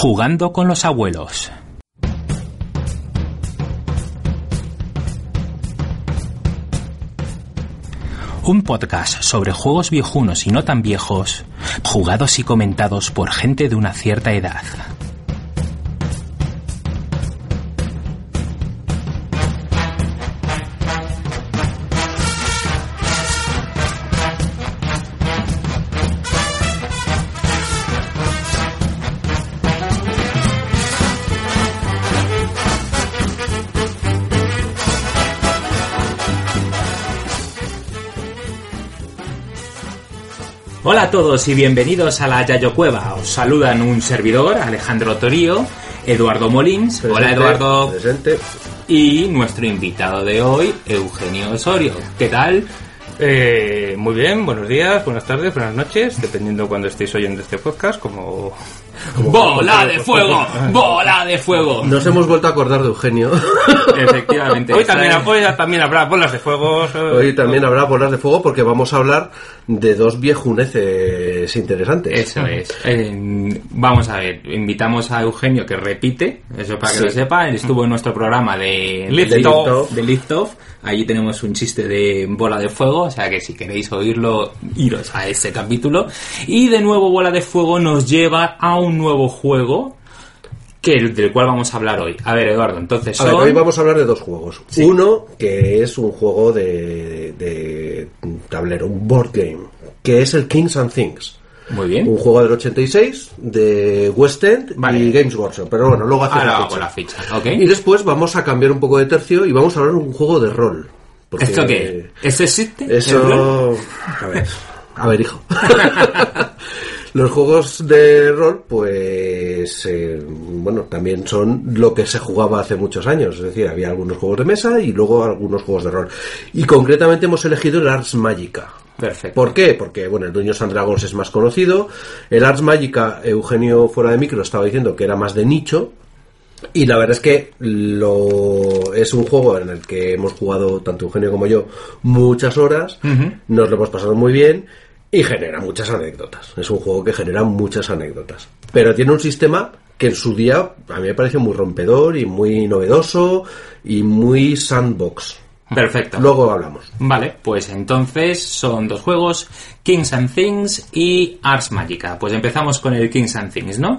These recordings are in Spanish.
Jugando con los abuelos. Un podcast sobre juegos viejunos y no tan viejos, jugados y comentados por gente de una cierta edad. Hola a todos y bienvenidos a la Yayo Cueva. Os saludan un servidor, Alejandro Torío, Eduardo Molins. Hola Presente, Eduardo. Presente. Y nuestro invitado de hoy, Eugenio Osorio. ¿Qué tal? Eh, muy bien, buenos días, buenas tardes, buenas noches, dependiendo cuando estéis oyendo este podcast, como... ¡Bola de fuego! ¡Bola de fuego! Nos hemos vuelto a acordar de Eugenio. Efectivamente. Hoy esta también, es- hoy también habrá bolas de fuego. eh, Hoy también habrá bolas de fuego porque vamos a hablar de dos viejuneces interesantes. Eso es. Eh, vamos a ver, invitamos a Eugenio que repite, eso para que lo sepa. Él estuvo en nuestro programa de Lift de- Off. de Lift Off. Allí tenemos un chiste de bola de fuego, o sea que si queréis oírlo, iros a ese capítulo. Y de nuevo, bola de fuego nos lleva a un nuevo juego que del cual vamos a hablar hoy. A ver, Eduardo, entonces A ver, son- hoy vamos a hablar de dos juegos. Uno que es un juego de, de tablero, un board game, que es el Kings and Things. muy bien. Un juego del 86 de West End Vale. y Games Workshop. Pero bueno, luego hacemos Ahora la hago ficha. la ficha, ¿ok? Y después vamos a cambiar un poco de tercio y vamos a hablar de un juego de rol. Porque- ¿Esto qué? ¿Esto existe? ¿El rol? Eso. A ver. A ver, hijo. Los juegos de rol, pues, eh, bueno, también son lo que se jugaba hace muchos años. Es decir, había algunos juegos de mesa y luego algunos juegos de rol. Y concretamente hemos elegido el Ars Magica. Perfecto. ¿Por qué? Porque, bueno, el Dueños and Dragons es más conocido. El Arts Magica, Eugenio fuera de micro estaba diciendo que era más de nicho. Y la verdad es que lo, es un juego en el que hemos jugado tanto Eugenio como yo muchas horas, nos lo hemos pasado muy bien y genera muchas anécdotas. Es un juego que genera muchas anécdotas. Pero tiene un sistema que en su día a mí me pareció muy rompedor y muy novedoso y muy sandbox. Perfecto. Luego hablamos. Vale, pues entonces son dos juegos, Kings and Things y Ars Magica. Pues empezamos con el Kings and Things, ¿no?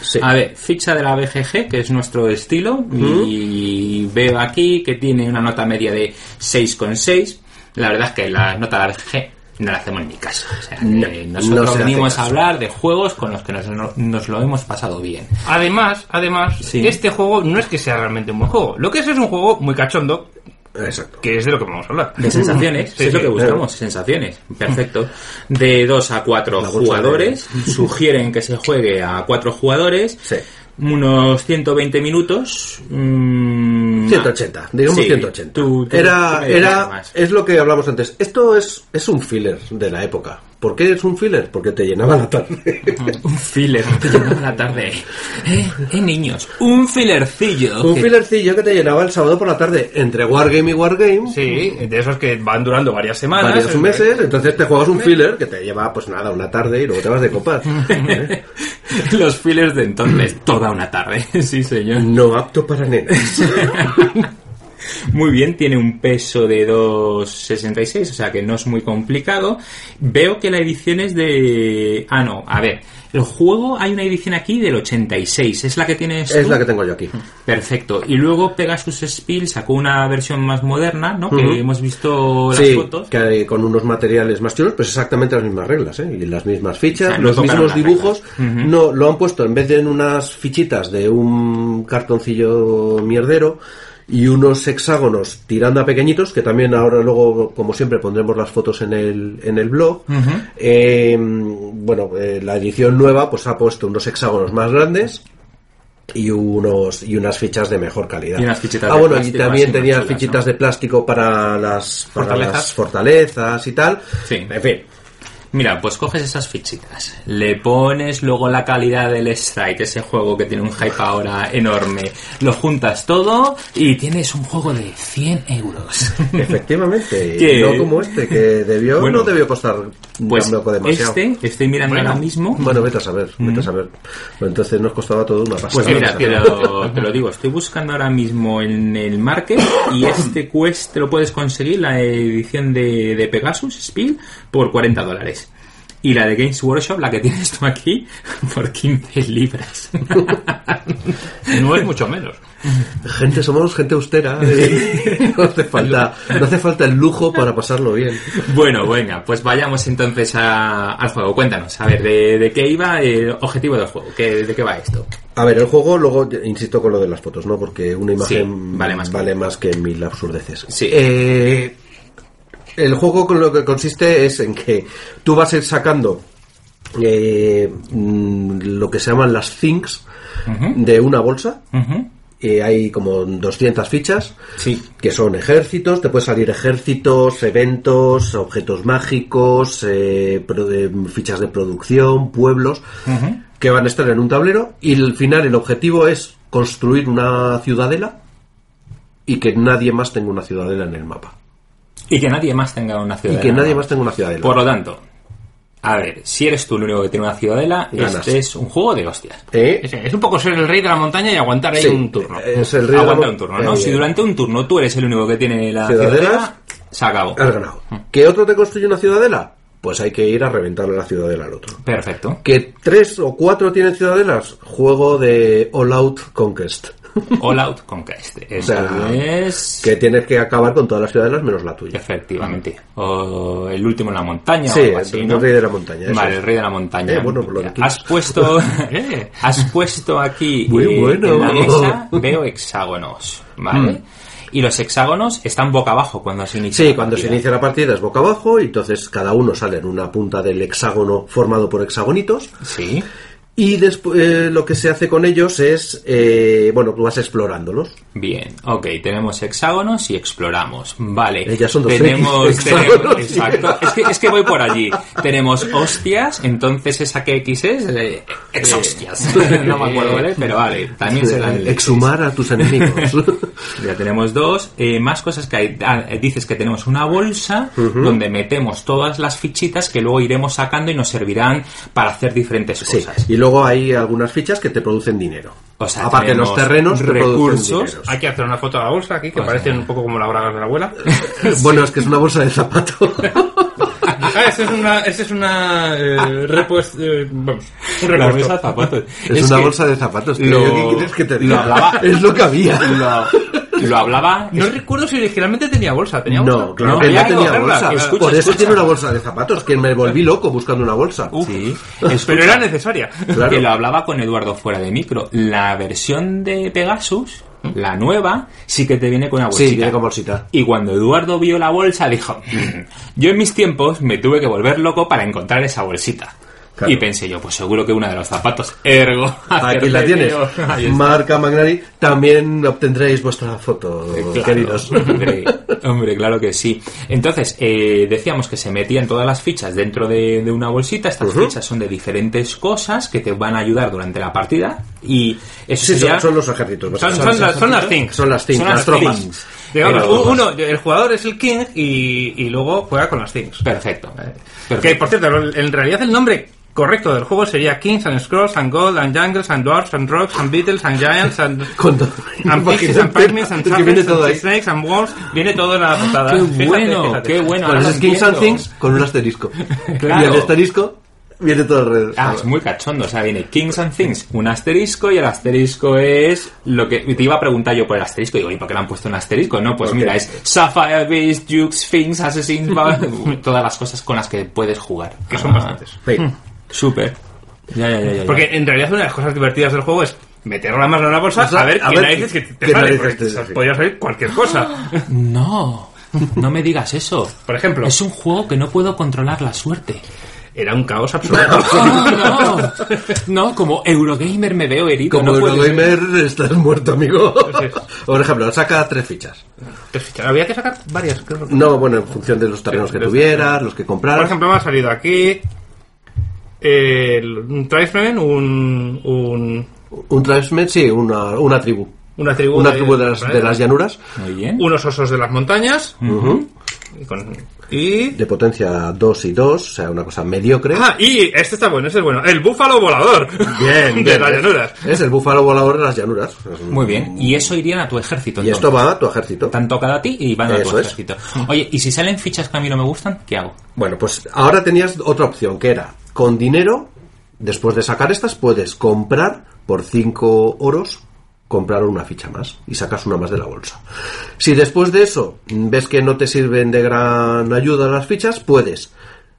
Sí. A ver, ficha de la BGG, que es nuestro estilo, y veo aquí que tiene una nota media de 6,6. La verdad es que la nota de la BGG no la hacemos ni caso. O sea, No, que no nosotros se hace venimos a caso. hablar de juegos con los que nos, nos lo hemos pasado bien. Además, además, Sí. este juego no es que sea realmente un buen juego. Lo que es es un juego muy cachondo, Exacto. que es de lo que vamos a hablar. De sensaciones, Sí, es lo sí, que Mm. claro. buscamos, sensaciones. Perfecto. De 2 a 4 La bolsa de jugadores, sugieren que se juegue a 4 jugadores, Sí. unos 120 minutos. mm, 180, digamos Sí, 180. tú- tú- tú era, me dirás era, más. es lo que hablamos antes. Esto es, es un filler de la época. ¿Por qué es un filler? Porque te llenaba la tarde. Un filler, Mm. te llenaba la tarde. Eh, eh, niños, un fillercillo. un que- fillercillo que te llenaba el sábado por la tarde entre Wargame y Wargame. Sí, de esos que van durando varias Ah, semanas. Varios eh, meses, entonces te juegas un filler que te lleva, pues nada, una tarde y luego te vas de copas. ¿Eh? Los fillers de entonces, toda una tarde. Sí, señor. No apto para nenas. Muy bien, tiene un peso de 2,66, o sea que no es muy complicado. Veo que la edición es de... Ah, no, a ver. El juego, hay una edición aquí del 86, es la que tienes Es tú? la que tengo yo aquí. Perfecto. Y luego Pegasus Spiel sacó una versión más moderna, ¿no? Ujú. Que hemos visto las Sí, fotos. que hay- con unos materiales más chulos, pues exactamente las mismas reglas, ¿eh? Y las mismas fichas, O sea, no los tocaron mismos las dibujos. reglas. Ujú. No, lo han puesto en vez de en unas fichitas de un cartoncillo mierdero y unos hexágonos tirando a pequeñitos, que también ahora luego, como siempre, pondremos las fotos en el, en el blog. Ujú. Eh, bueno, eh, la edición nueva pues ha puesto unos hexágonos más grandes y unos y unas fichas de mejor calidad. Y unas fichitas ah, de bueno, y plástico también así más tenía chulas, ¿no? fichitas de plástico para las para Fortalezas. las fortalezas y tal. Sí. En fin, Mira, pues coges esas fichitas, le pones luego la calidad del Strike, ese juego que tiene un hype ahora enorme, lo juntas todo y tienes un juego de 100 euros. efectivamente, Que- no como este que debió Bueno, no debió costar Pues tampoco demasiado. este, estoy mirando Bueno. ahora mismo. Bueno, vete a saber, vete a saber. Pero entonces nos costaba todo una pasta. Pues ¿no? mira, O sea, te lo, te lo digo, estoy buscando ahora mismo en el market y este quest te lo puedes conseguir, la edición de, de Pegasus Spiel, por 40 dólares. Y la de Games Workshop, la que tienes tú aquí, por 15 libras. No es mucho menos. gente somos gente austera, eh. no hace falta no hace falta el lujo para pasarlo bien. Bueno, venga, pues vayamos entonces a- al juego. Cuéntanos, a ver, de, de qué iba el objetivo del juego, ¿Qué- de qué va esto. A ver, el juego, luego insisto con lo de las fotos, ¿no? Porque una imagen Sí, vale más que- que mil absurdeces. Sí. Eh, el juego con lo que consiste es en que tú vas a ir sacando eh, mm, lo que se llaman las things de una bolsa. Eh, hay como 200 fichas Sí. que son ejércitos, te pueden salir ejércitos, eventos, objetos mágicos, eh, pro- eh, fichas de producción, pueblos, que van a estar en un tablero y al final el objetivo es construir una ciudadela y que nadie más tenga una ciudadela en el mapa. Y que nadie más tenga una Y ciudadela. que nadie más tenga una ciudadela. Por lo tanto, a ver, si eres tú el único que tiene una ciudadela, Ganas. este es un juego de hostias. ¿Eh? Es, es un poco ser el rey de la montaña y aguantar ahí Sí, un turno. Es el rey de la Aguanta mon- un turno, ¿no? Eh, Si durante un turno tú eres el único que tiene la Ciudadelas. ciudadela, se acabó. Has ganado. ¿Que otro te construye una ciudadela? Pues hay que ir a reventarle la ciudadela al otro. Perfecto. ¿Que tres o cuatro tienen ciudadelas? Juego de All Out Conquest. All Out Conquest. Eso O sea, es... Que tienes que acabar con todas las ciudadelas menos la tuya. Efectivamente. O el último en la montaña. Sí, o algo así, el ¿no? rey de la montaña, eso Vale, es. el rey de la montaña. Eh, bueno, por lo que tú- has puesto, Eh. has puesto aquí eh, Muy bueno. en Mm. la mesa veo hexágonos, ¿vale? Y los hexágonos están boca abajo cuando se inicia. Sí, la cuando se partida. inicia la partida es boca abajo y entonces cada uno sale en una punta del hexágono formado por hexagonitos Sí. y después eh, lo que se hace con ellos es, eh, bueno, tú vas explorándolos. Bien, ok, tenemos hexágonos y exploramos. Vale, Eh, ya son dos tenemos, hexágonos. tenemos- exacto, es que, es que voy por allí. Tenemos hostias, entonces esa que X es, eh, exhostias. no me acuerdo, ¿vale? Pero vale, también se dan Eh, leches. Exhumar a tus enemigos. Ya tenemos dos, eh, más cosas que hay. Ah, eh, dices que tenemos una bolsa donde metemos todas las fichitas que luego iremos sacando y nos servirán para hacer diferentes sí. cosas. Y luego hay algunas fichas que te producen dinero. O sea, Aparte de los tenemos terrenos, te producen recursos. dinero. Hay que hacer una foto a la bolsa aquí, que Pues parecen nada. un poco como las bragas de la abuela. Bueno, es que es una bolsa de zapato. Ah, esa es una, esa es una eh, repuest- eh, vamos, un La repuesto. bolsa de zapatos. es, Es una que bolsa de zapatos. tío. lo- ¿Yo ¿Qué quieres que te lo diga? hablaba- Es lo que había. Lo, lo hablaba No recuerdo si originalmente tenía bolsa. ¿Tenía bolsa? No, claro No, que había no que tenía cogerla, bolsa. que escucha, Por eso escucha. tiene una bolsa de zapatos, que me volví loco buscando una bolsa. Sí, Pero era necesaria. Claro. que lo hablaba con Eduardo fuera de micro. La versión de Pegasus, la nueva, sí que te viene con una bolsita. ¿Mm? pues Sí, tiene como bolsita. Y cuando Eduardo vio la bolsa, dijo: "Mm, Yo en mis tiempos me tuve que volver loco para encontrar esa bolsita. Claro. Y pensé yo, pues seguro que una de los zapatos. Ergo. Aquí la acerté, tienes. tío. Ahí está. Marca Magnari. También obtendréis vuestra foto, Eh, Claro, queridos. Hombre, hombre, claro que sí. Entonces, eh, decíamos que se metían todas las fichas dentro de, de una bolsita. Estas Ujú. fichas son de diferentes cosas que te van a ayudar durante la partida. Y eso Sí, sería- son, son los ejércitos. Son, básicamente. son las- son las things. Son las things, son las las tropas. things. Digamos, Pero- u- uno, el jugador es el king y, y luego juega con las things. Perfecto. Eh, Que, perfecto. por cierto, en realidad el nombre correcto del juego sería Kings and Scrolls and Gold and Jungles and Dwarfs and Rocks and Beetles and Giants and... Con todo- And pixies and Imagínate, pygmies and que viene serpents todo and ahí. Ah, snakes and wolves viene todo en la portada. ¡Qué Fíjate, bueno! fíjate. ¡Qué bueno! Con ahora los lo skins and entiendo. things con un asterisco. Ah, Claro. Y el asterisco Viene todo alrededor. Ah, es muy cachondo. O sea, viene Kings and Things, un asterisco, y el asterisco es lo que. Te iba a preguntar yo por el asterisco. Digo, ¿y por qué le han puesto un asterisco? No, pues Ok. mira, es Sapphire Beast, Dukes, Things, Assassins, bla, bla, bla, todas las cosas con las que puedes jugar. que son Ah, bastantes. Sí. Súper. Ya, ya, ya, ya, ya. Porque en realidad una de las cosas divertidas del juego es meter la mano en la bolsa O sea, a ver a qué ver narices que qué- te qué sale. narices Porque te- te sí. podría salir cualquier cosa. No, no me digas eso. Por ejemplo. Es un juego que no puedo controlar la suerte. Era un caos absoluto. Ah, no. no, como Eurogamer me veo herido. Como no puede ser. Eurogamer estás muerto, amigo. Sí. Por ejemplo, saca tres fichas. Tres fichas. Había que sacar varias. creo. No, bueno, en función de los terrenos que Sí, tuvieras, los que compraras. Por ejemplo, me ha salido aquí el- un tribesman, un, un, un tribesman, sí, una, una tribu. una tribu, una tribu de las, de las llanuras Muy bien. unos osos de las montañas y, con- y- de potencia 2 y 2, o sea, una cosa mediocre. Ah, y este está bueno, este es bueno. El búfalo volador Bien, de bien, las es- llanuras. Es el búfalo volador de las llanuras. Es un- Muy bien. Y eso irían a tu ejército. Y esto entonces. va a tu ejército. Te han tocado a ti y van a tu Eso es. ejército. Oye, y si salen fichas que a mí no me gustan, ¿qué hago? Bueno, pues ahora tenías otra opción que era con dinero, después de sacar estas, puedes comprar por 5 oros, comprar una ficha más y sacas una más de la bolsa. Si después de eso mm, ves que no te sirven de gran ayuda las fichas, puedes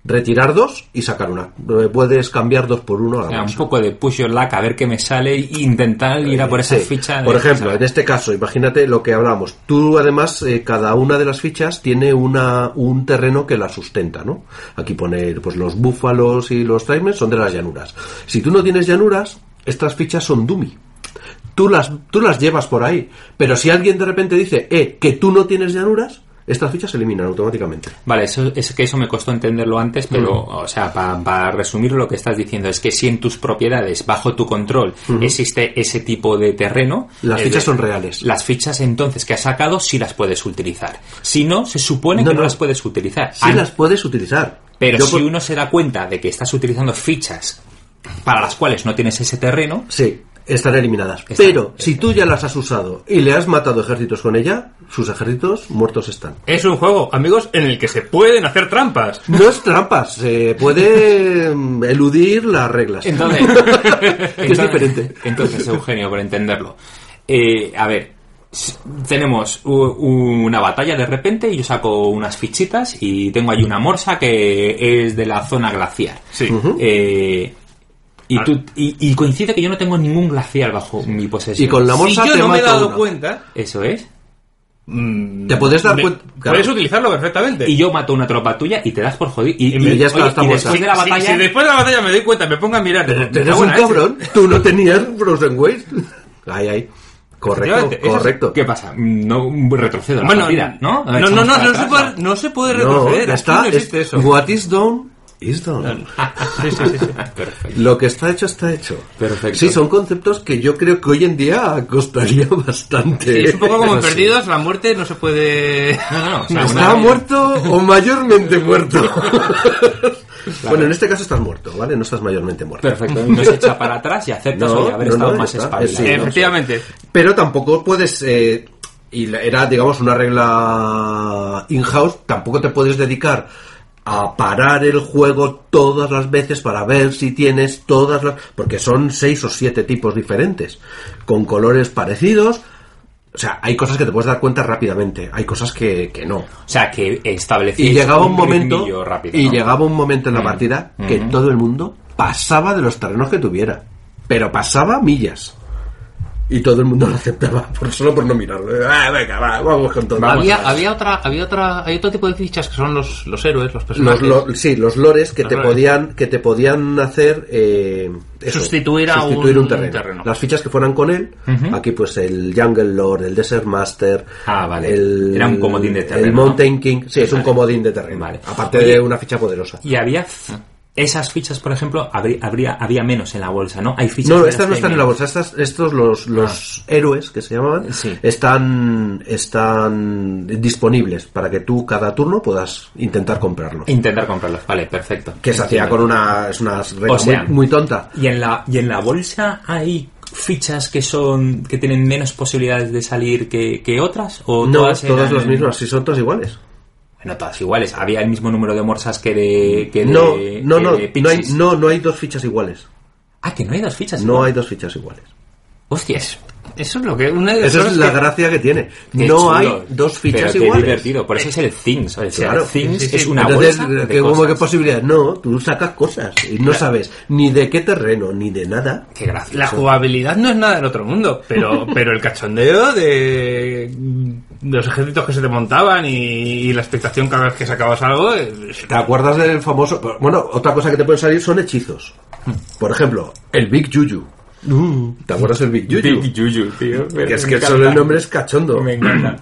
retirar dos y sacar una. Eh, Puedes cambiar dos por uno a O la sea, un bolsa. poco de push your luck, a ver qué me sale e intentar ir a por esa Sí. ficha. de- Por ejemplo, ¿sabes? en este caso, imagínate lo que hablamos. Tú, además, eh, cada una de las fichas tiene una, un terreno que la sustenta, ¿no? Aquí pone, pues los búfalos y los traimes son de las llanuras. Si tú no tienes llanuras, estas fichas son dummy. Tú las, tú las llevas por ahí. Pero si alguien de repente dice, eh, que tú no tienes llanuras, estas fichas se eliminan automáticamente. Vale, eso, es que eso me costó entenderlo antes, pero, o sea, para resumir lo que estás diciendo, es que si en tus propiedades, bajo tu control, existe ese tipo de terreno... Las eh, fichas de- son reales. Las fichas entonces que has sacado sí las puedes utilizar. Si no, se supone No, que no, no. las puedes utilizar. Sí Ah, las puedes utilizar. Pero Yo si por- uno se da cuenta de que estás utilizando fichas para las cuales no tienes ese terreno, Sí, están eliminadas. Están, Pero si están. tú ya las has usado y le has matado ejércitos con ella, sus ejércitos muertos están. Es un juego, amigos, en el que se pueden hacer trampas. No es trampas, se puede mm, eludir las reglas. Entonces, Es entonces- diferente. Entonces, Eugenio, por entenderlo. eh, a ver, s- tenemos u- una batalla de repente y yo saco unas fichitas y tengo ahí una morsa que es de la zona glaciar. Sí. Eh, y, Ah. tú- y- y coincide que yo no tengo ningún glaciar bajo mi posesión. Y con la morsa si yo te no me he mata dado una. cuenta, Eso es. mm, Te puedes dar me- cuenta- Puedes claro. utilizarlo perfectamente. Y yo mato una tropa tuya y te das por jodido. Y, Y ya está, oye, está y muerta. después de la Si- si- batalla... Si, después de la batalla me doy cuenta, me pongo a mirar. digo, Eres "Está un buena ¿eh? esta". cabrón, tú no tenías Frozen Waste. Ay, ay. Correcto, Efectivamente, eso es- correcto. ¿Qué pasa? No retrocedo la Bueno, partida, ¿no? no, no, no, Echamos no, para se atrás, puede, no se puede No, retroceder. aquí ya está. no existe es- eso. What is done, is done. Sí, sí, sí, sí. Perfecto. Lo que está hecho, está hecho. Perfecto. Sí, son conceptos que yo creo que hoy en día costaría bastante. Sí, es un poco como en Eso sí. Perdidos, la muerte no se puede... No, no, no. o sea, ¿Está una- muerto o mayormente muerto? Bueno, en este caso estás muerto, ¿vale? No estás mayormente muerto. Perfecto. No se echa para atrás y aceptas No, oye, haber no, estado no, más está, espabilado. sí, no. Efectivamente. Pero tampoco puedes... eh, y la- era, digamos, una regla in-house, tampoco te puedes dedicar a parar el juego todas las veces para ver si tienes todas las... Porque son seis o siete tipos diferentes, con colores parecidos. O sea, hay cosas que te puedes dar cuenta rápidamente, hay cosas que, que no. O sea, que establecí y llegaba un momento ritmillo rápido, y ¿no? Mm. llegaba un momento en la partida que todo el mundo pasaba de los terrenos que tuviera pero pasaba millas y todo el mundo lo aceptaba por, solo por no mirarlo Ah, venga va, vamos con todo Había, había otra, había otra, hay otro tipo de fichas que son los, los héroes, los los, personajes. lo- sí los lores que Los te lores. podían que te podían hacer eh, eso, Sustituir a sustituir un- un, terreno. un terreno. las fichas que fueran con él aquí pues el jungle lord el desert master Ah, vale. el, Era un comodín de terreno, el ¿no? mountain king sí es un comodín de terreno Vale. aparte Oye, de una ficha poderosa Y había... Ah. f- Esas fichas, por ejemplo, habría, habría, había menos en la bolsa, ¿no? Hay fichas... No, menos estas no que están hay en la menos. bolsa. Estas, estos, los, los héroes que se llamaban, Ah. Sí. están, están disponibles para que tú cada turno puedas intentar comprarlos. Intentar comprarlas. Vale, perfecto. Que se hacía con una, es una regla O sea, muy, muy tonta. Y en la y en la bolsa hay fichas que son que tienen menos posibilidades de salir que, que otras o No, todas, todas eran las en- mismas, si son todas iguales. Bueno, todas iguales. Había el mismo número de morsas que de. Que de- No, que no, no, de no hay, pixies. no, no hay dos fichas iguales. Ah, que no hay dos fichas. No hay dos fichas iguales. Hostias. Eso es lo que. Una de Esa cosas es la que- gracia que tiene. Qué No chulo. hay dos Pero fichas qué iguales. divertido. Por eso es el Things. O sea, Claro. el Things Sí, sí, sí. es una Entonces, bolsa de ¿qué, ¿cómo cosas. qué posibilidades? No, tú sacas cosas y no sabes ni de qué terreno, ni de nada. Qué gracioso. La jugabilidad no es nada del otro mundo, pero, pero el cachondeo de, de los ejércitos que se te montaban y, y la expectación cada vez que sacabas algo. eh, es- ¿Te acuerdas del famoso? Bueno, otra cosa que te pueden salir son hechizos. Por ejemplo, el Big Juju. ¿Te acuerdas del Big Juju? Uh. Big Yuyu, tío. que es Me que encanta. solo el nombre es cachondo. Me encanta.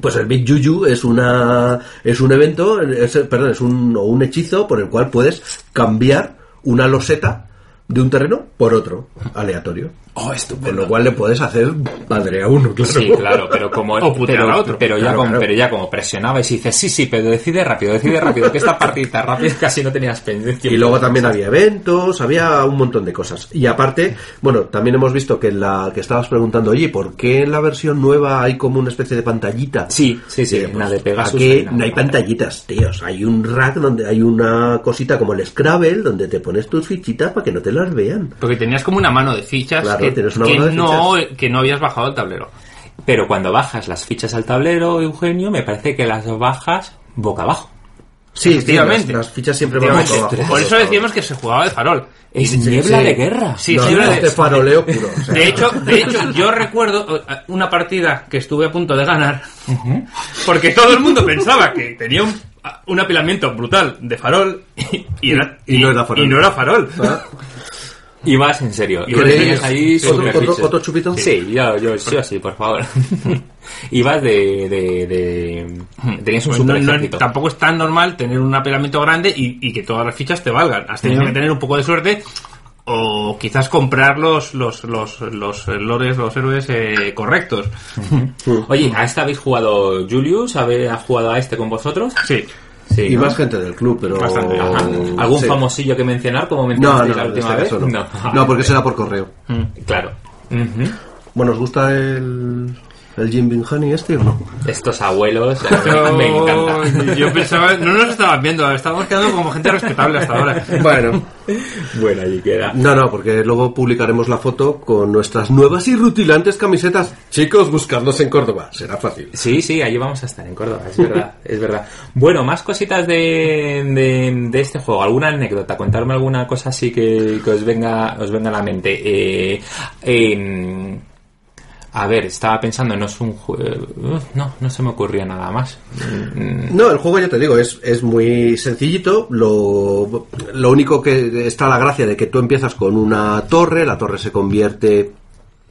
Pues el Big Juju es una es un evento, es, perdón, es un, o un hechizo por el cual puedes cambiar una loseta de un terreno por otro aleatorio. Oh, Con estupendo. lo cual le puedes hacer padre a uno, claro. Sí, claro, pero como O putear pero, a otro. pero ya Claro, como, claro. pero ya como presionabas y dices, sí, sí, pero decide rápido, decide rápido, que esta partida rápida casi no tenías pendiente. Y luego también había eventos, había un montón de cosas. Y aparte, bueno, también hemos visto que en la que estabas preguntando, oye, ¿por qué en la versión nueva hay como una especie de pantallita? Sí, sí, sí, Eh, la de Pegasus aquí hay una no hay pantalla. pantallitas, tíos. Hay un rack donde hay una cosita como el Scrabble donde te pones tus fichitas para que no te las vean. Porque tenías como una mano de fichas Claro, que, tienes una que mano de no, que no habías bajado al tablero. Pero cuando bajas las fichas al tablero, Eugenio, me parece que las bajas boca abajo. Sí, Efectivamente. sí, las, las fichas siempre van boca Efectivamente. abajo. Por eso decíamos que se jugaba de farol. Es Sí, niebla sí. de guerra. Sí, No, sí, no, una este de- faroleo puro. o sea. De hecho, de hecho, yo recuerdo eh, una partida que estuve a punto de ganar, porque todo el mundo pensaba que tenía un, un apilamiento brutal de farol y, y era, Y no era farol. y no era farol. Y vas en serio. Y ¿Qué lo tenías queréis? ahí ¿Otro- super otro- fichas. otro chupito? Sí, yo, yo, yo sí, por favor. y vas de, de, Hmm. de... Tenías un Pues super no- no- ejército. tampoco es tan normal tener un apelamiento grande y, y que todas las fichas te valgan. Has tenido No. que tener un poco de suerte o quizás comprar los los los los lores, los héroes eh, correctos. Hmm. Oye, ¿a esta habéis jugado Julius? ¿Habe- ¿Ha jugado a este con vosotros? Sí. Sí, Y ¿no? más gente del club, pero... Bastante, Ajá. ¿Algún sí. famosillo que mencionar como No, mencionasteis no, la en última este vez? caso no. No, porque será por correo. Claro. Ujú. Bueno, ¿os gusta el, el Jim Binghani este o no? Estos abuelos Yo, me encantan. yo pensaba, no nos estaban viendo, estábamos quedando como gente respetable hasta ahora. Bueno. Bueno, allí queda. No, no, porque luego publicaremos la foto con nuestras nuevas y rutilantes camisetas. Chicos, buscarnos en Córdoba. Será fácil. Sí, sí, allí vamos a estar en Córdoba, es verdad, es verdad. Bueno, más cositas de, de, de este juego, alguna anécdota, contarme alguna cosa así que, que os venga, os venga a la mente. Eh, em, a ver, estaba pensando, no es un juego, no, no se me ocurría nada más. Mm, No, el juego ya te digo, es, es muy sencillito. Lo, lo único que está la gracia de que tú empiezas con una torre, la torre se convierte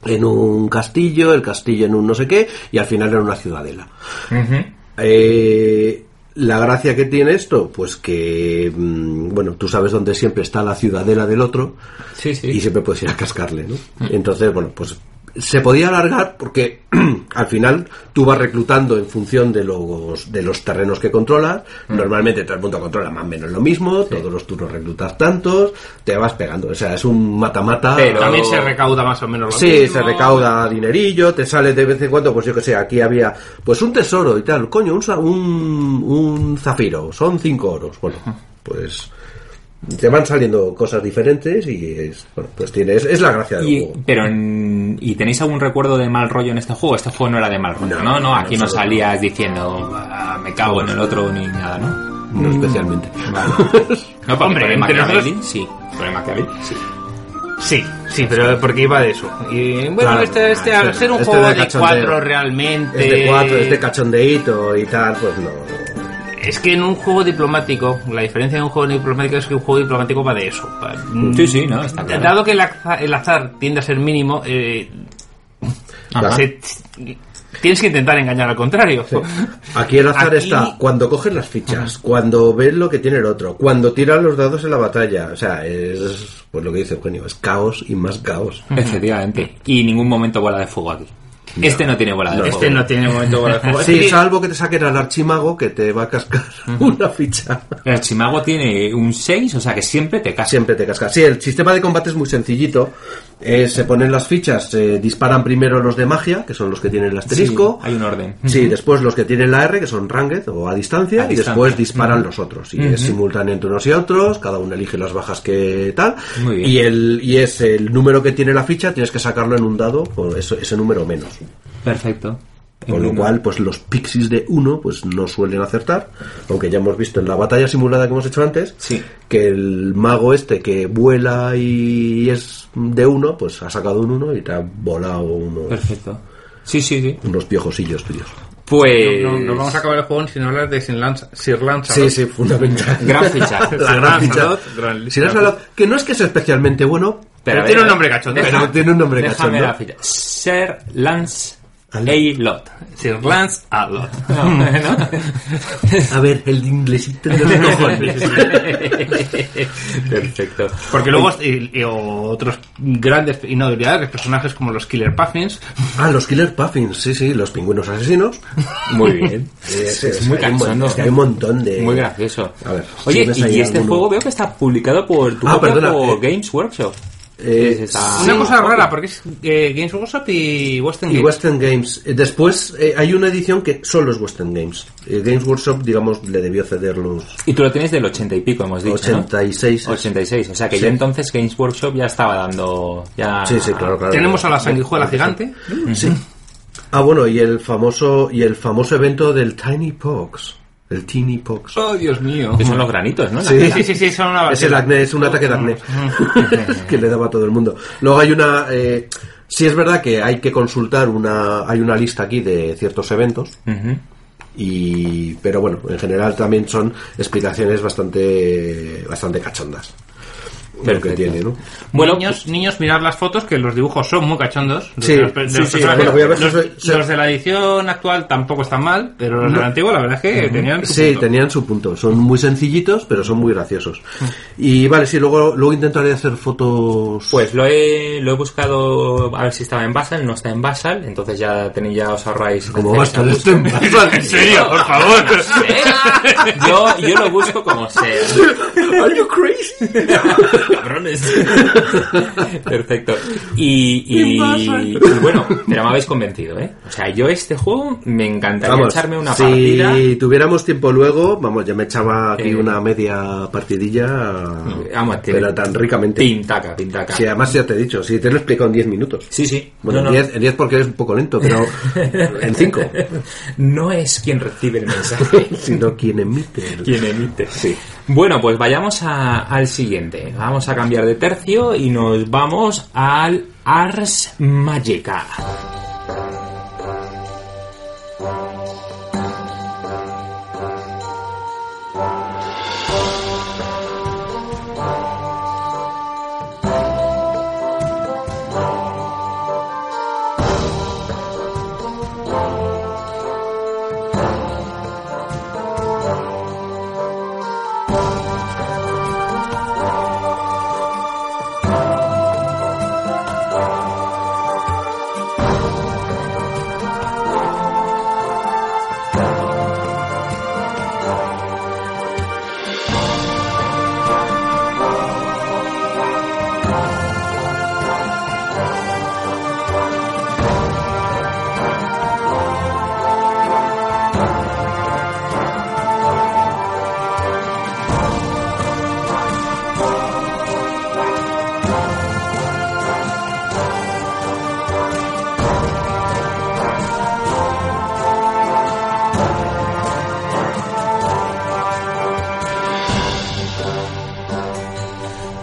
en un castillo, el castillo en un no sé qué, y al final en una ciudadela. ujú. Eh, la gracia que tiene esto, pues que, mm, bueno, tú sabes dónde siempre está la ciudadela del otro Sí, sí. Mm. y siempre puedes ir a cascarle, ¿no? Entonces, bueno, pues se podía alargar porque al final tú vas reclutando en función de los, de los terrenos que controlas. Mm. Normalmente todo el mundo controla más o menos lo mismo, todos los turnos reclutas tantos, te vas pegando. O sea, es un mata-mata. Pero- También se recauda más o menos lo Sí, mismo. se recauda dinerillo, te sale de vez en cuando, pues yo que sé, aquí había pues un tesoro y tal, coño, un, sa- un, un zafiro, son cinco oros, bueno, pues te van saliendo cosas diferentes y es, bueno, pues tiene, es, es la gracia del Y, juego. pero en- ¿Y tenéis algún recuerdo de mal rollo en este juego? Este juego no era de mal rollo, ¿no? No, aquí no, no, no. salías diciendo, "Ah, me cago en el otro ni nada, ¿no? No especialmente. No, porque Hombre, por el entre Machiavelli, otros- sí. Por el Machiavelli, sí. Sí, sí, pero porque iba de eso. Y bueno, Claro, este, este, claro, al ser un este juego de de cachondeo. cuatro realmente. Es de Este cuatro, es de cachondeíto y tal, pues no. Es que en un juego diplomático, la diferencia de un juego diplomático es que un juego diplomático va de eso. va- Sí, sí, no, está claro. Dado que el aza- el azar tiende a ser mínimo, eh, Ah. Ajá. se- tienes que intentar engañar al contrario. Aquí el azar Aquí- está cuando coges las fichas, cuando ves lo que tiene el otro, cuando tiran los dados en la batalla. O sea, es pues lo que dice Eugenio, es caos y más caos. Efectivamente. Y ningún momento bola de fuego aquí. Este no tiene bola de fuego. Este no tiene momento bola de fuego. Sí, Sí, salvo que te saquen al archimago que te va a cascar una ficha. El archimago tiene un 6, o sea que siempre te casas. Siempre te cascas. Sí, el sistema de combate es muy sencillito. Eh, se ponen las fichas, se disparan primero los de magia, que son los que tienen el asterisco. hay un orden. Sí, después los que tienen la R, que son ranged o a A distancia, y distancia. después disparan los otros. Y es simultáneo entre unos y otros, cada uno elige las bajas que tal. Muy bien. Y, el, y es el número que tiene la ficha, tienes que sacarlo en un dado, o eso- ese número menos. Perfecto. Con lo Entiendo. cual, pues los pixies de uno pues no suelen acertar, aunque ya hemos visto en la batalla simulada que hemos hecho antes, Sí. que el mago este que vuela y es de uno, pues ha sacado un uno y te ha volado unos, Perfecto. Sí, sí, sí. unos piojosillos tuyos. Pues. No, no vamos a acabar el juego sin hablar de Sir Lanza- Sir Lanza. Eh, Sí, sí, fundamental. Gran fichaje. la gran Gran ficha. Lancelot, gran- Si no es la- que no es que sea especialmente bueno, Pero a tiene ver, un nombre cachondo. deja- eh, Pero tiene un nombre Déjame cachondo. la ficha. Sir Lance A. Al- Lot. Sir Lance Alot. No, ¿no? a ver, el inglesito de los cojones. Perfecto. Porque luego y- y otros grandes y no debilidades, personajes como los Killer Puffins. Ah, los Killer Puffins, sí, sí, los pingüinos asesinos. Muy bien. Sí, sí, es sí, muy hay un mon- cachondo. Eh, es que hay un montón de... Muy gracioso. A ver, si Oye, ves ahí y este alguno. juego veo que está publicado por tu Ah, propia- perdona, por eh, Games Workshop. eh, Es esa- Sí. Una cosa rara, porque es eh, Games Workshop y Western Y Games. Western Games. Eh, Después eh, hay una edición que solo es Western Games. Eh, Games Workshop, digamos, le debió ceder los Y tú lo tienes del 80 y pico, hemos dicho. ¿no? 86. 86, o sea que Sí. ya entonces Games Workshop ya estaba dando. Ya... Sí, sí, claro, claro. Tenemos a la sanguijuela gigante. Sí. Ah, bueno, y el famoso y el famoso evento del Tiny Pox. El Tiny Pox. Oh, Dios mío. Que son los granitos, ¿no? Sí. Sí, Ah, sí, sí, son una Es el acné, es un ataque de acné que le daba a todo el mundo. Luego hay una. Eh, sí, es verdad que hay que consultar una. Hay una lista aquí de ciertos eventos. Ujú. y pero bueno en general también son explicaciones bastante bastante cachondas lo que Perfecto. tiene ¿no? Bueno, niños, pues, niños, mirad las fotos, que los dibujos son muy cachondos. Los Sí, de los pe- de sí, los sí, personajes. voy a ver si Los- soy- soy- los de la edición actual tampoco están mal, pero los de la antigua, la verdad es que tenían. su sí punto. tenían su punto son muy sencillitos pero son muy graciosos Mm. y vale sí luego luego intentaré hacer fotos Pues lo he, lo he buscado a ver si estaba en Basal, no está en Basal, entonces ya tenéis, ya os ahorráis. como hacer basta esa de búsqueda. En serio, por favor. Yo, yo lo busco como sea. Are you crazy? Cabrones. Perfecto. Y, y- y bueno, pero me habéis convencido, ¿eh? O sea, yo este juego me encantaría echarme una si partida. tuviéramos tiempo luego, vamos, yo me echaba aquí Eh. una media partidilla, Vamos, tiene- pero tan ricamente. Tintaca, tintaca. Si además ya te he dicho, si te lo he explicado en 10 minutos. Sí, sí. Bueno, No, en no. 10 en 10 porque eres un poco lento, pero en 5. No es quien recibe el mensaje, sino quien emite. el- quien emite. Sí. Bueno, pues vayamos a- al siguiente. Vamos a cambiar de tercio y nos vamos al Ars Magica.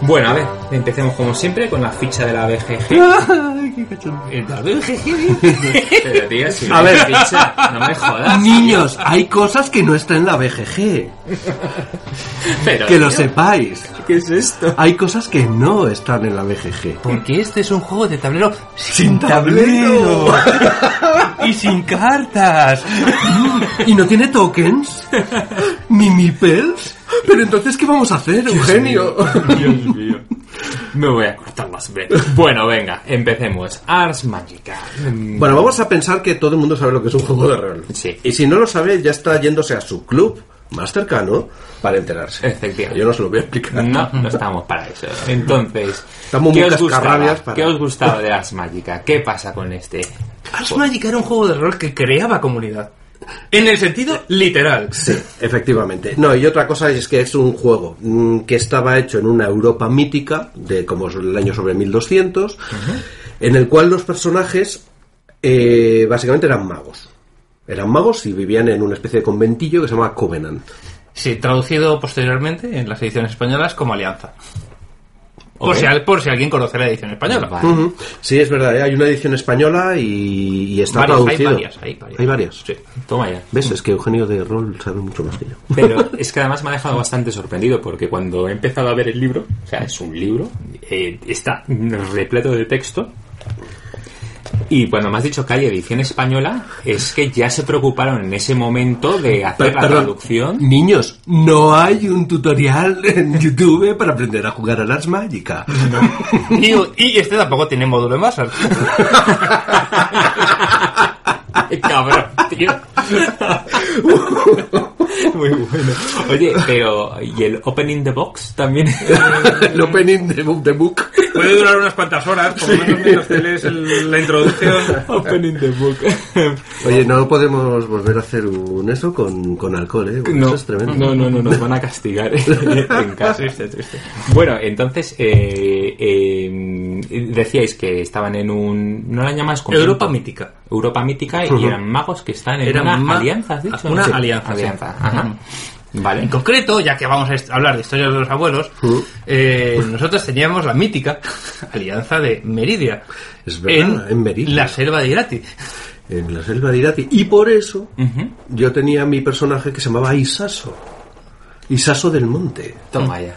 Bueno, a ver, empecemos como siempre con la ficha de la BGG. Pero tío, si no A hay ver. ficha, no me jodas. Niños, hay cosas que no están en la BGG. Pero, Que lo tío, sepáis. ¿Qué es esto? Hay cosas que no están en la BGG. Porque este es un juego de tablero ¡Sin tablero! y sin cartas. Mm. ¿Y no tiene tokens? ¿Ni mipels? Pero entonces, ¿qué vamos a hacer, Eugenio? Dios mío. Me voy a cortar las venas. Bueno, venga, empecemos. Ars Magica. Mm, Bueno, vamos a pensar que todo el mundo sabe lo que es un juego de rol. Sí. Y si no lo sabe, ya está yéndose a su club más cercano para enterarse. Efectivamente. Yo no se lo voy a explicar. No, no estamos para eso. Entonces, Estamos ¿qué muy os, gustaba, cascarrabias para- ¿qué os gustaba de Ars Magica? ¿Qué pasa con este? Ars Magic era un juego de rol que creaba comunidad. En el sentido literal. Sí, efectivamente. No, y otra cosa es que es un juego mm, que estaba hecho en una Europa mítica, de como es el año sobre 1200, en el cual los personajes eh, básicamente eran magos. Eran magos y vivían en una especie de conventillo que se llama Covenant. Sí, traducido posteriormente en las ediciones españolas como Alianza. Por Ok. si, al- por si alguien conoce la edición española. Vale. Ujú. Mm, Sí, es verdad, ¿eh? hay una edición española y, y está Varias, hay traducido. varias, hay varias. Mm. Sí. Toma ya. ¿Ves? Es que Eugenio de Rol sabe mucho más que yo. Pero es que además me ha dejado bastante sorprendido porque cuando he empezado a ver el libro, o sea, es un libro, eh, está repleto de texto. Y cuando me has dicho que hay edición española, es que ya se preocuparon en ese momento de hacer Per- la perdón. traducción. Niños, no hay un tutorial en YouTube para aprender a jugar a las mágicas. Y, y este tampoco tiene módulo de masas. Ay, Cabrón, tío. Muy bueno. Oye, pero ¿y el opening the box también? El opening de Book the Book. Puede durar unas cuantas horas, por lo menos mientras te lees el- la introducción. opening the book. Oye, no podemos volver a hacer un eso con, con alcohol, ¿eh? Bueno, No, Eso es tremendo. no, no, no, nos van a castigar en casa. Triste, triste. Bueno, entonces eh, eh, decíais que estaban en un. ¿No la llamáis conjunto? Europa mítica. Europa mítica y Ujú. eran magos que están en Eran una ma- alianza, ¿has dicho? una Sí, alianza, sí. alianza, ajá. Vale. En concreto, ya que vamos a est- hablar de historias de los abuelos, Uh. eh, nosotros teníamos la mítica alianza de Meridia. Es verdad, en Meridia. La selva de Irati. En la selva de Irati. Y por eso Mm. Ujú. yo tenía mi personaje que se llamaba Isaso. Isaso del Monte. Toma ya.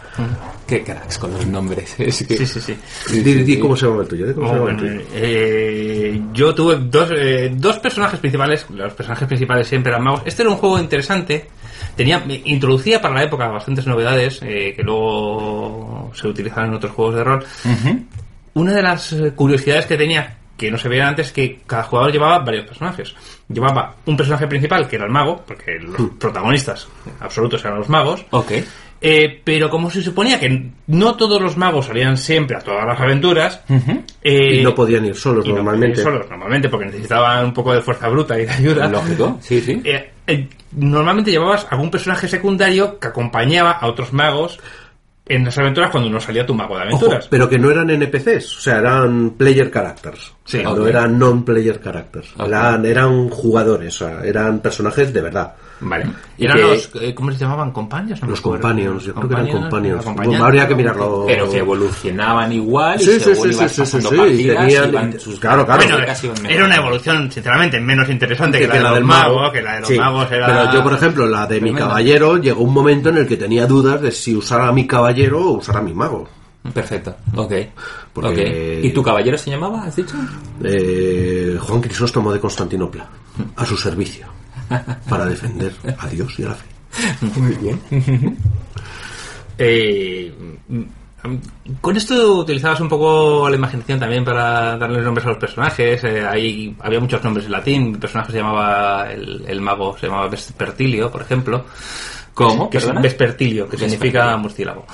Qué cracks con los nombres. Es que... Sí, sí, sí. Oh, Di- di ¿Cómo se llama el tuyo? di ¿Cómo se llama el tuyo? Eh, yo tuve dos, eh, dos personajes principales. Los personajes principales siempre eran magos. Este era un juego interesante. Tenía, me introducía para la época bastantes novedades eh, que luego se utilizaban en otros juegos de rol. Ujú. Una de las eh, curiosidades que tenía, que no se veía antes, que cada jugador llevaba varios personajes. Llevaba un personaje principal, que era el mago, porque los Hmm. protagonistas absolutos eran los magos. Ok. Eh, pero como se suponía que no todos los magos salían siempre a todas las aventuras, Ujú. eh, Mm. Y no podían ir solos y no normalmente. podían ir solos, normalmente, porque necesitaban un poco de fuerza bruta y de ayuda. Lógico, sí, sí. Eh, eh, normalmente llevabas algún personaje secundario que acompañaba a otros magos en las aventuras cuando no salía tu mago de Ojo, aventuras. pero que no eran NPCs, o sea, eran player characters. Sí, no ok. eran non-player characters. Ok. Eran, eran jugadores, o sea, eran personajes de verdad. Vale. Y Eran que- los, eh, ¿Cómo se llamaban? ¿Companions? No me Los acuerdo. companions, yo creo que eran companions. acompañantes, Bueno, habría que ¿no? mirarlo. Pero que evolucionaban igual y Sí, sí, según sí, ibas sí, sí, pasando sí, partidas, tenían- iban sus- claro, claro. Bueno, Casi, casi iban era una mejorando. evolución, sinceramente, menos interesante que, la, de los magos, que la de los Sí, magos era... Pero yo, por ejemplo, la de mi Tremenda. caballero, llegó un momento en el que tenía dudas de si usara a mi caballero o usar a mi mago. Perfecto, ok. Porque- ok. ¿Y tu caballero se llamaba, has dicho? Eh, Juan Crisóstomo de Constantinopla, a su servicio, para defender a Dios y a la fe. Muy bien. Eh, mm, mm, con esto utilizabas un poco la imaginación también para darle nombres a los personajes. eh, ahí había muchos nombres en latín. Mi personaje se llamaba, el, el mago se llamaba Vespertilio, por ejemplo. ¿Cómo? Que es ¿Perdona? Vespertilio, que significa Vespertilio. murciélago.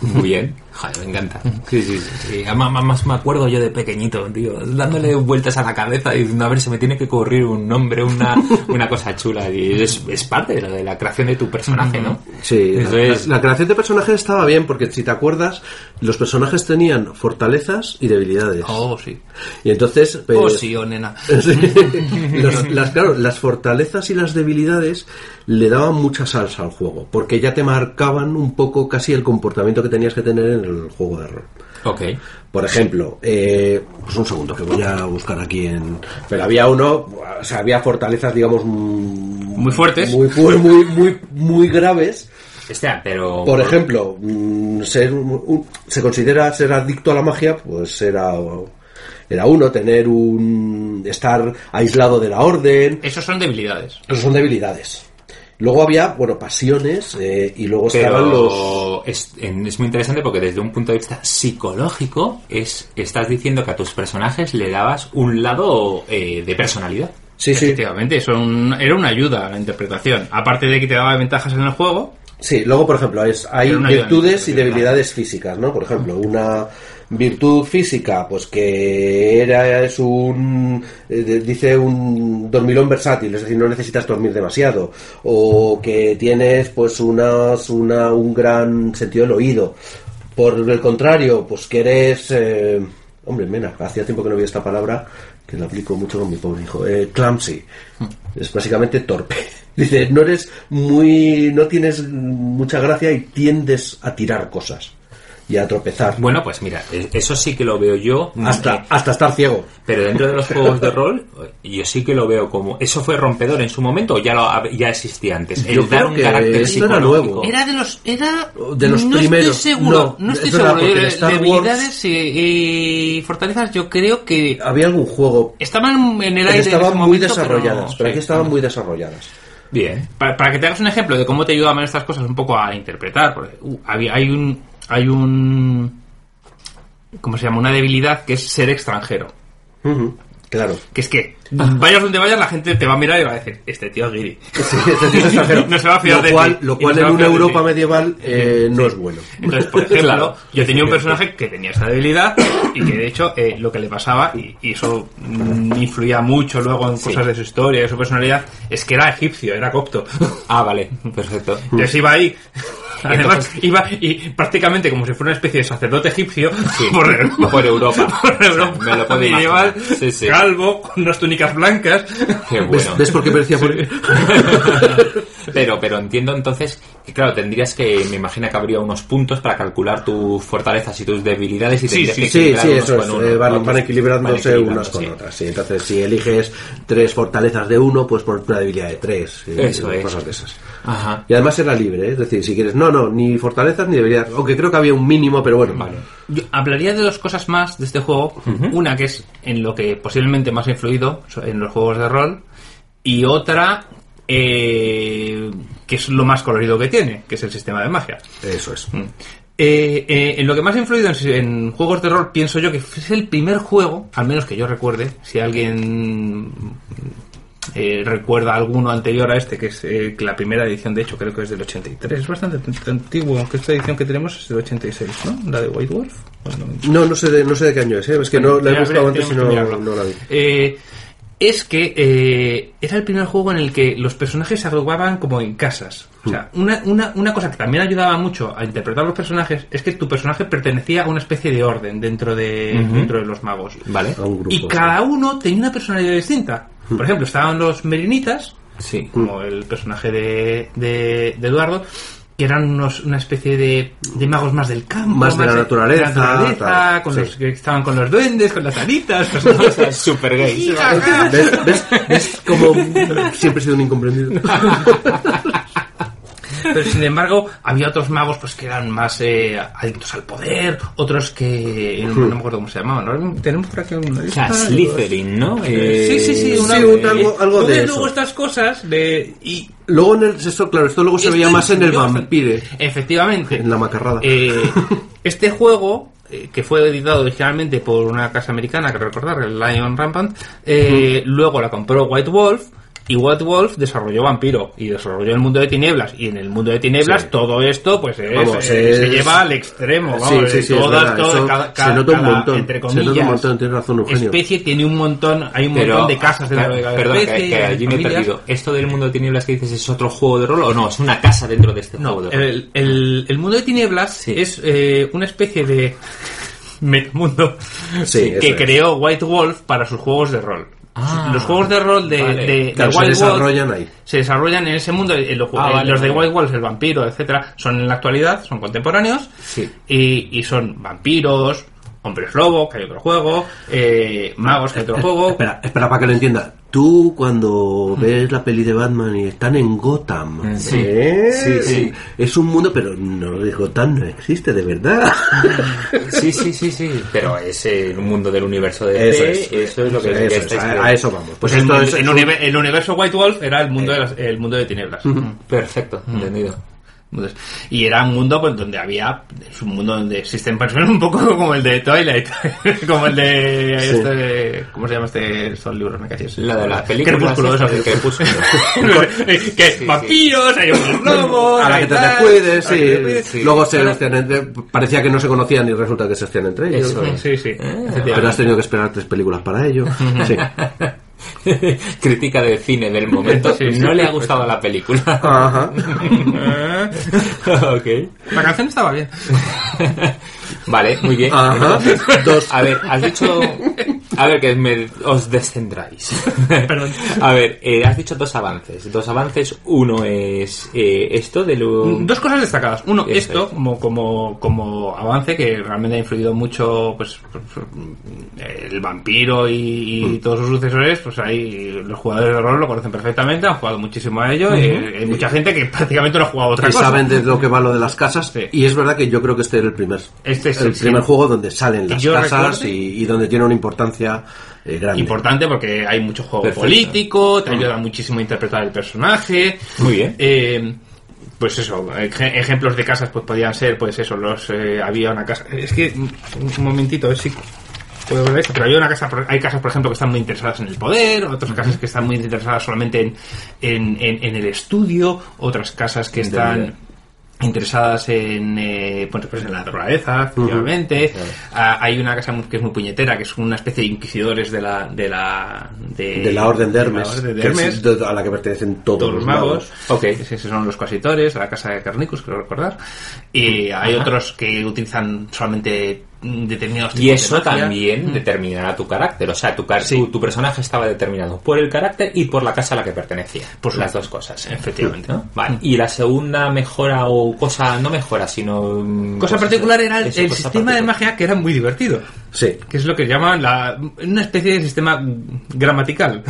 Pues Muy bien. Joder, me encanta. Sí, sí, sí. sí. Además, más, más me acuerdo yo de pequeñito, tío, dándole vueltas a la cabeza y diciendo, a ver, se me tiene que ocurrir un nombre, una, una cosa chula. Y es, es parte de la, de la creación de tu personaje, ¿no? Sí, Eso la, es. la creación de personajes estaba bien porque si te acuerdas, los personajes tenían fortalezas y debilidades. Oh, sí. Y entonces, pues, Oh, sí, oh, nena. sí, los- las, claro, las fortalezas y las debilidades le daban mucha salsa al juego, porque ya te marcaban un poco casi el comportamiento que tenías que tener en el juego de rol. Ok. Por ejemplo, eh, pues un segundo que voy a buscar aquí en. Pero había uno, o sea, había fortalezas, digamos, muy fuertes. muy fu- muy muy, muy graves. Este, pero... Por ejemplo, mm, ser un- un- se considera ser adicto a la magia, pues era era uno tener un estar aislado de la orden. Esos son debilidades. Eso son debilidades. Luego había, bueno, pasiones eh, y luego estaban pero los es, en- es muy interesante porque desde un punto de vista psicológico es estás diciendo que a tus personajes le dabas un lado eh, de personalidad. Sí, sí. Efectivamente, eso era un- era una ayuda a la interpretación. Aparte de que te daba ventajas en el juego, Sí, luego, por ejemplo, es, hay Pero una ayuda virtudes y en el sentido, debilidades físicas, ¿no? Por ejemplo, una virtud física, pues que era, es un, eh, de- dice un dormilón versátil, es decir, no necesitas dormir demasiado, o que tienes, pues, unas, una, un gran sentido del oído. Por el contrario, pues que eres, eh, hombre, mena, hacía tiempo que no veía esta palabra, que la aplico mucho con mi pobre hijo, eh, clumsy. Hmm. Es básicamente torpe. Dice, no eres muy, no tienes mucha gracia y tiendes a tirar cosas y a tropezar. Bueno, pues mira, e- eso sí que lo veo yo. eh, hasta, hasta estar ciego. Pero dentro de los juegos de rol, yo sí que lo veo como. ¿Eso fue rompedor en su momento o ya, lo, hab- ya existía antes? El Yo dar creo un que carácter esto era psicológico. nuevo. Era de los. Era, De los no primeros. Estoy seguro, No, no, estoy es verdad, seguro. Yo porque de- Star Wars- debilidades y, y fortalezas, yo creo que Había algún juego estaban en pero el aire. en estaban ese muy momento, desarrolladas, pero, pero- Mm. aquí estaban muy desarrolladas. Bien. para, para que te hagas un ejemplo de cómo te ayudaban estas cosas un poco a interpretar. porque, uh, había- hay un. Hay un. ¿Cómo se llama? Una debilidad que es ser extranjero. Ujú, Claro. Que es que, vayas donde vayas, la gente te va a mirar y va a decir: Este tío es guiri. Sí, es decir, es extranjero. No se va a fiar lo de cual, ti. Lo Y cual no se en va a una fiar de Europa ti. medieval eh, no es bueno. Entonces, por ejemplo, Claro, yo tenía un personaje que tenía esa debilidad y que de hecho eh, lo que le pasaba, y, y eso mm, influía mucho luego en cosas de su historia, de su personalidad, es que era egipcio, era copto. Ah, vale, perfecto. Entonces iba ahí. Además, Entonces- iba y prácticamente como si fuera una especie de sacerdote egipcio por, Europa, Por Europa. por Europa Pues, Me lo puedo medieval, imaginar. Sí, sí. calvo, con unas túnicas blancas. Qué ¿Ves, bueno. ves por qué parecía por- Pero, pero entiendo entonces que, claro, tendrías que, me imagino que habría unos puntos para calcular tus fortalezas y tus debilidades y Sí, tendrías sí, que Sí, equilibrar sí, unos eso es. con eh, unos, van, otros. van equilibrándose Van unas con sí. otras. Sí. Entonces, si eliges tres fortalezas de uno, pues por una debilidad de tres. eh, Eso es. Cosas de esas. Ajá. Y además era libre, ¿eh? es decir, si quieres, no, no, ni fortalezas ni debilidades. Aunque creo que había un mínimo, pero bueno. Vale. Yo hablaría de dos cosas más de este juego. Una que es en lo que posiblemente más ha influido so- en los juegos de rol. Y otra eh, que es lo más colorido que tiene, que es el sistema de magia. Eso es. Eh, eh, en lo que más ha influido en, en juegos de rol, pienso yo que es el primer juego, al menos que yo recuerde, si alguien eh, recuerda alguno anterior a este, que es eh, que la primera edición, de hecho, creo que es del 83, es bastante ant- antiguo, aunque esta edición que tenemos es del 86, ¿no? La de White Wolf. o el 90. No, no sé de, no sé de qué año es, ¿eh? es que no la he Mira, buscado mira, antes y tenemos no, que mirarlo. no la vi. Eh, es que eh, era el primer juego en el que los personajes se agrupaban como en casas. O sea, Hmm. una, una, una cosa que también ayudaba mucho a interpretar los personajes es que tu personaje pertenecía a una especie de orden dentro de, dentro de los magos. Vale. A un grupo. Hmm. Y cada uno tenía una personalidad distinta. Por ejemplo, estaban los merinitas, Sí. como el personaje de, de- de Eduardo, que eran unos, una especie de, de magos más del campo, Más de la naturaleza, de la naturaleza, tal, con sí. los que estaban con los duendes, con las alitas, pues, con O sea, es super gay. ¿Ves? ¿Ves? ¿Ves como siempre he sido un incomprendido? Pero sin embargo, había otros magos pues que eran más eh, adictos al poder, otros que no, me acuerdo cómo se llamaban. Ahora Tenemos por aquí alguna O lista. sea, Slytherin, ¿no? Eh, Ah. Sí, sí, sí, una- Sí, un- algo, algo Tú de ves eso. luego estas cosas de y Luego en el, eso, claro, esto luego se Esto veía más en el influyó vampire, bastante. Efectivamente. en la macarrada. Eh, este juego, eh, que fue editado originalmente por una casa americana, que recordar, el Lion Rampant, eh, luego la compró White Wolf. Y White Wolf desarrolló Vampiro y desarrolló el mundo de tinieblas. Y en el mundo de tinieblas Sí. todo esto pues es- Vamos, eh, se es- lleva al extremo. Sí, Pues vamos, eh, sí, sí, es todas- verdad, todas- eso cada- se cada- nota un cada, montón, entre se nota un comillas, montón, tienes razón, Eugenio. Especie tiene un montón, hay un Pero, montón de casas de claro, la perdón, que- especie, que, allí me he familias. perdido. ¿Esto del mundo de tinieblas que dices es otro juego de rol o no? ¿Es una casa dentro de este No, eh, juego de rol? el, el- el mundo de tinieblas es eh, una especie de metamundo Sí, eso que es. creó White Wolf para sus juegos de rol. Ah, los juegos de rol de, vale. de- de Claro, se White Wolf desarrollan ahí. se desarrollan en ese mundo. eh, los, ju- Ah, eh, vale, los de vale. White Wolf, el vampiro, etcétera, son en la actualidad, son contemporáneos Sí. y, y son vampiros, hombres lobo, que hay otro juego, eh, magos, que hay otro juego. Espera, espera para que lo entienda. Tú cuando ves la peli de Batman y están en Gotham, Sí. ¿eh? Sí, sí. es un mundo, pero no Gotham no existe de verdad. Sí, sí, sí, sí. Pero es el mundo del universo de Eso DC. es. Eso es lo que, Eso que es, estáis a- viendo. a eso vamos. Pues el, esto es- el es un- Eh. univer- el universo White Wolf era el mundo de, las- el mundo de tinieblas. Perfecto, entendido. Mundos. Y era un mundo pues, donde había, es un mundo donde existen personas un poco como el de Twilight, como el de, este- ¿cómo se llama este? Son libros, me cachis. La de las películas. Crepúsculo, esta, eso. el Crepúsculo. que sí. vampiros, hay unos lobos, A la hay que te tal, descuides, a la que te sí. descuides, sí. Luego se hostian entre- parecía que no se conocían y resulta que se hacían entre ellos. Eso es. ¿Eh? Sí, sí. Pero has tenido que esperar tres películas para ello. Sí. Crítica de cine del momento. Sí, sí, no le ha sí, gustado la película. Ajá. ok. Eh, La canción estaba bien. Vale, muy bien. Ajá. Dos. A ver, has dicho. A ver, que me, os descendráis. Perdón. A ver, eh, has dicho dos avances. Dos avances. Uno es eh, esto de lo. Mm, Dos cosas destacadas. Uno, Eso esto es. como, como, como avance que realmente ha influido mucho pues, pues, el vampiro y, y Mm. todos sus sucesores, pues ahí los jugadores de rol lo conocen perfectamente, han jugado muchísimo a ello. eh, hay mucha gente que prácticamente no ha jugado a otra Que cosa. saben de lo que va lo de las casas. Sí. Y es verdad que yo creo que este era el primer, Este es el el- sí. primer juego donde salen las yo casas recuerde- y, y donde tiene una importancia eh, grande. Importante porque hay mucho juego Perfecto. político, te ayuda muchísimo a interpretar el personaje. Muy bien. Eh, pues eso, ej- ejemplos de casas pues podían ser, pues eso, los eh, había una casa. Es que un un momentito, a ver si puedo ver esto, pero había una casa, por- hay casas por ejemplo que están muy interesadas en el poder, otras casas que están muy interesadas solamente en, en, en- en el estudio, otras casas que están interesadas en, eh, pues, pues, en la naturaleza, efectivamente. Ah, hay una casa que es muy puñetera, que es una especie de inquisidores de la de la de, De la Orden de la Hermes, Orden de que es Hermes, de- a la que pertenecen todos, todos los magos. Ok. Esos son los coasitores, la casa de Carnicus, creo recordar. Y hay otros que utilizan solamente determinados tipos Y eso de magia. Mm. también determinará tu carácter. O sea, tu, car- tu, tu personaje estaba determinado por el carácter y por la casa a la que pertenecía. Por Por las supuesto. dos cosas. Efectivamente. Mm. ¿No? Vale. Y la segunda mejora o cosa, no mejora, sino. mm, Cosa pues particular eso, era el, eso, el cosa sistema de particular. magia que era muy divertido. Sí. Que es lo que llaman la, una especie de sistema gramatical.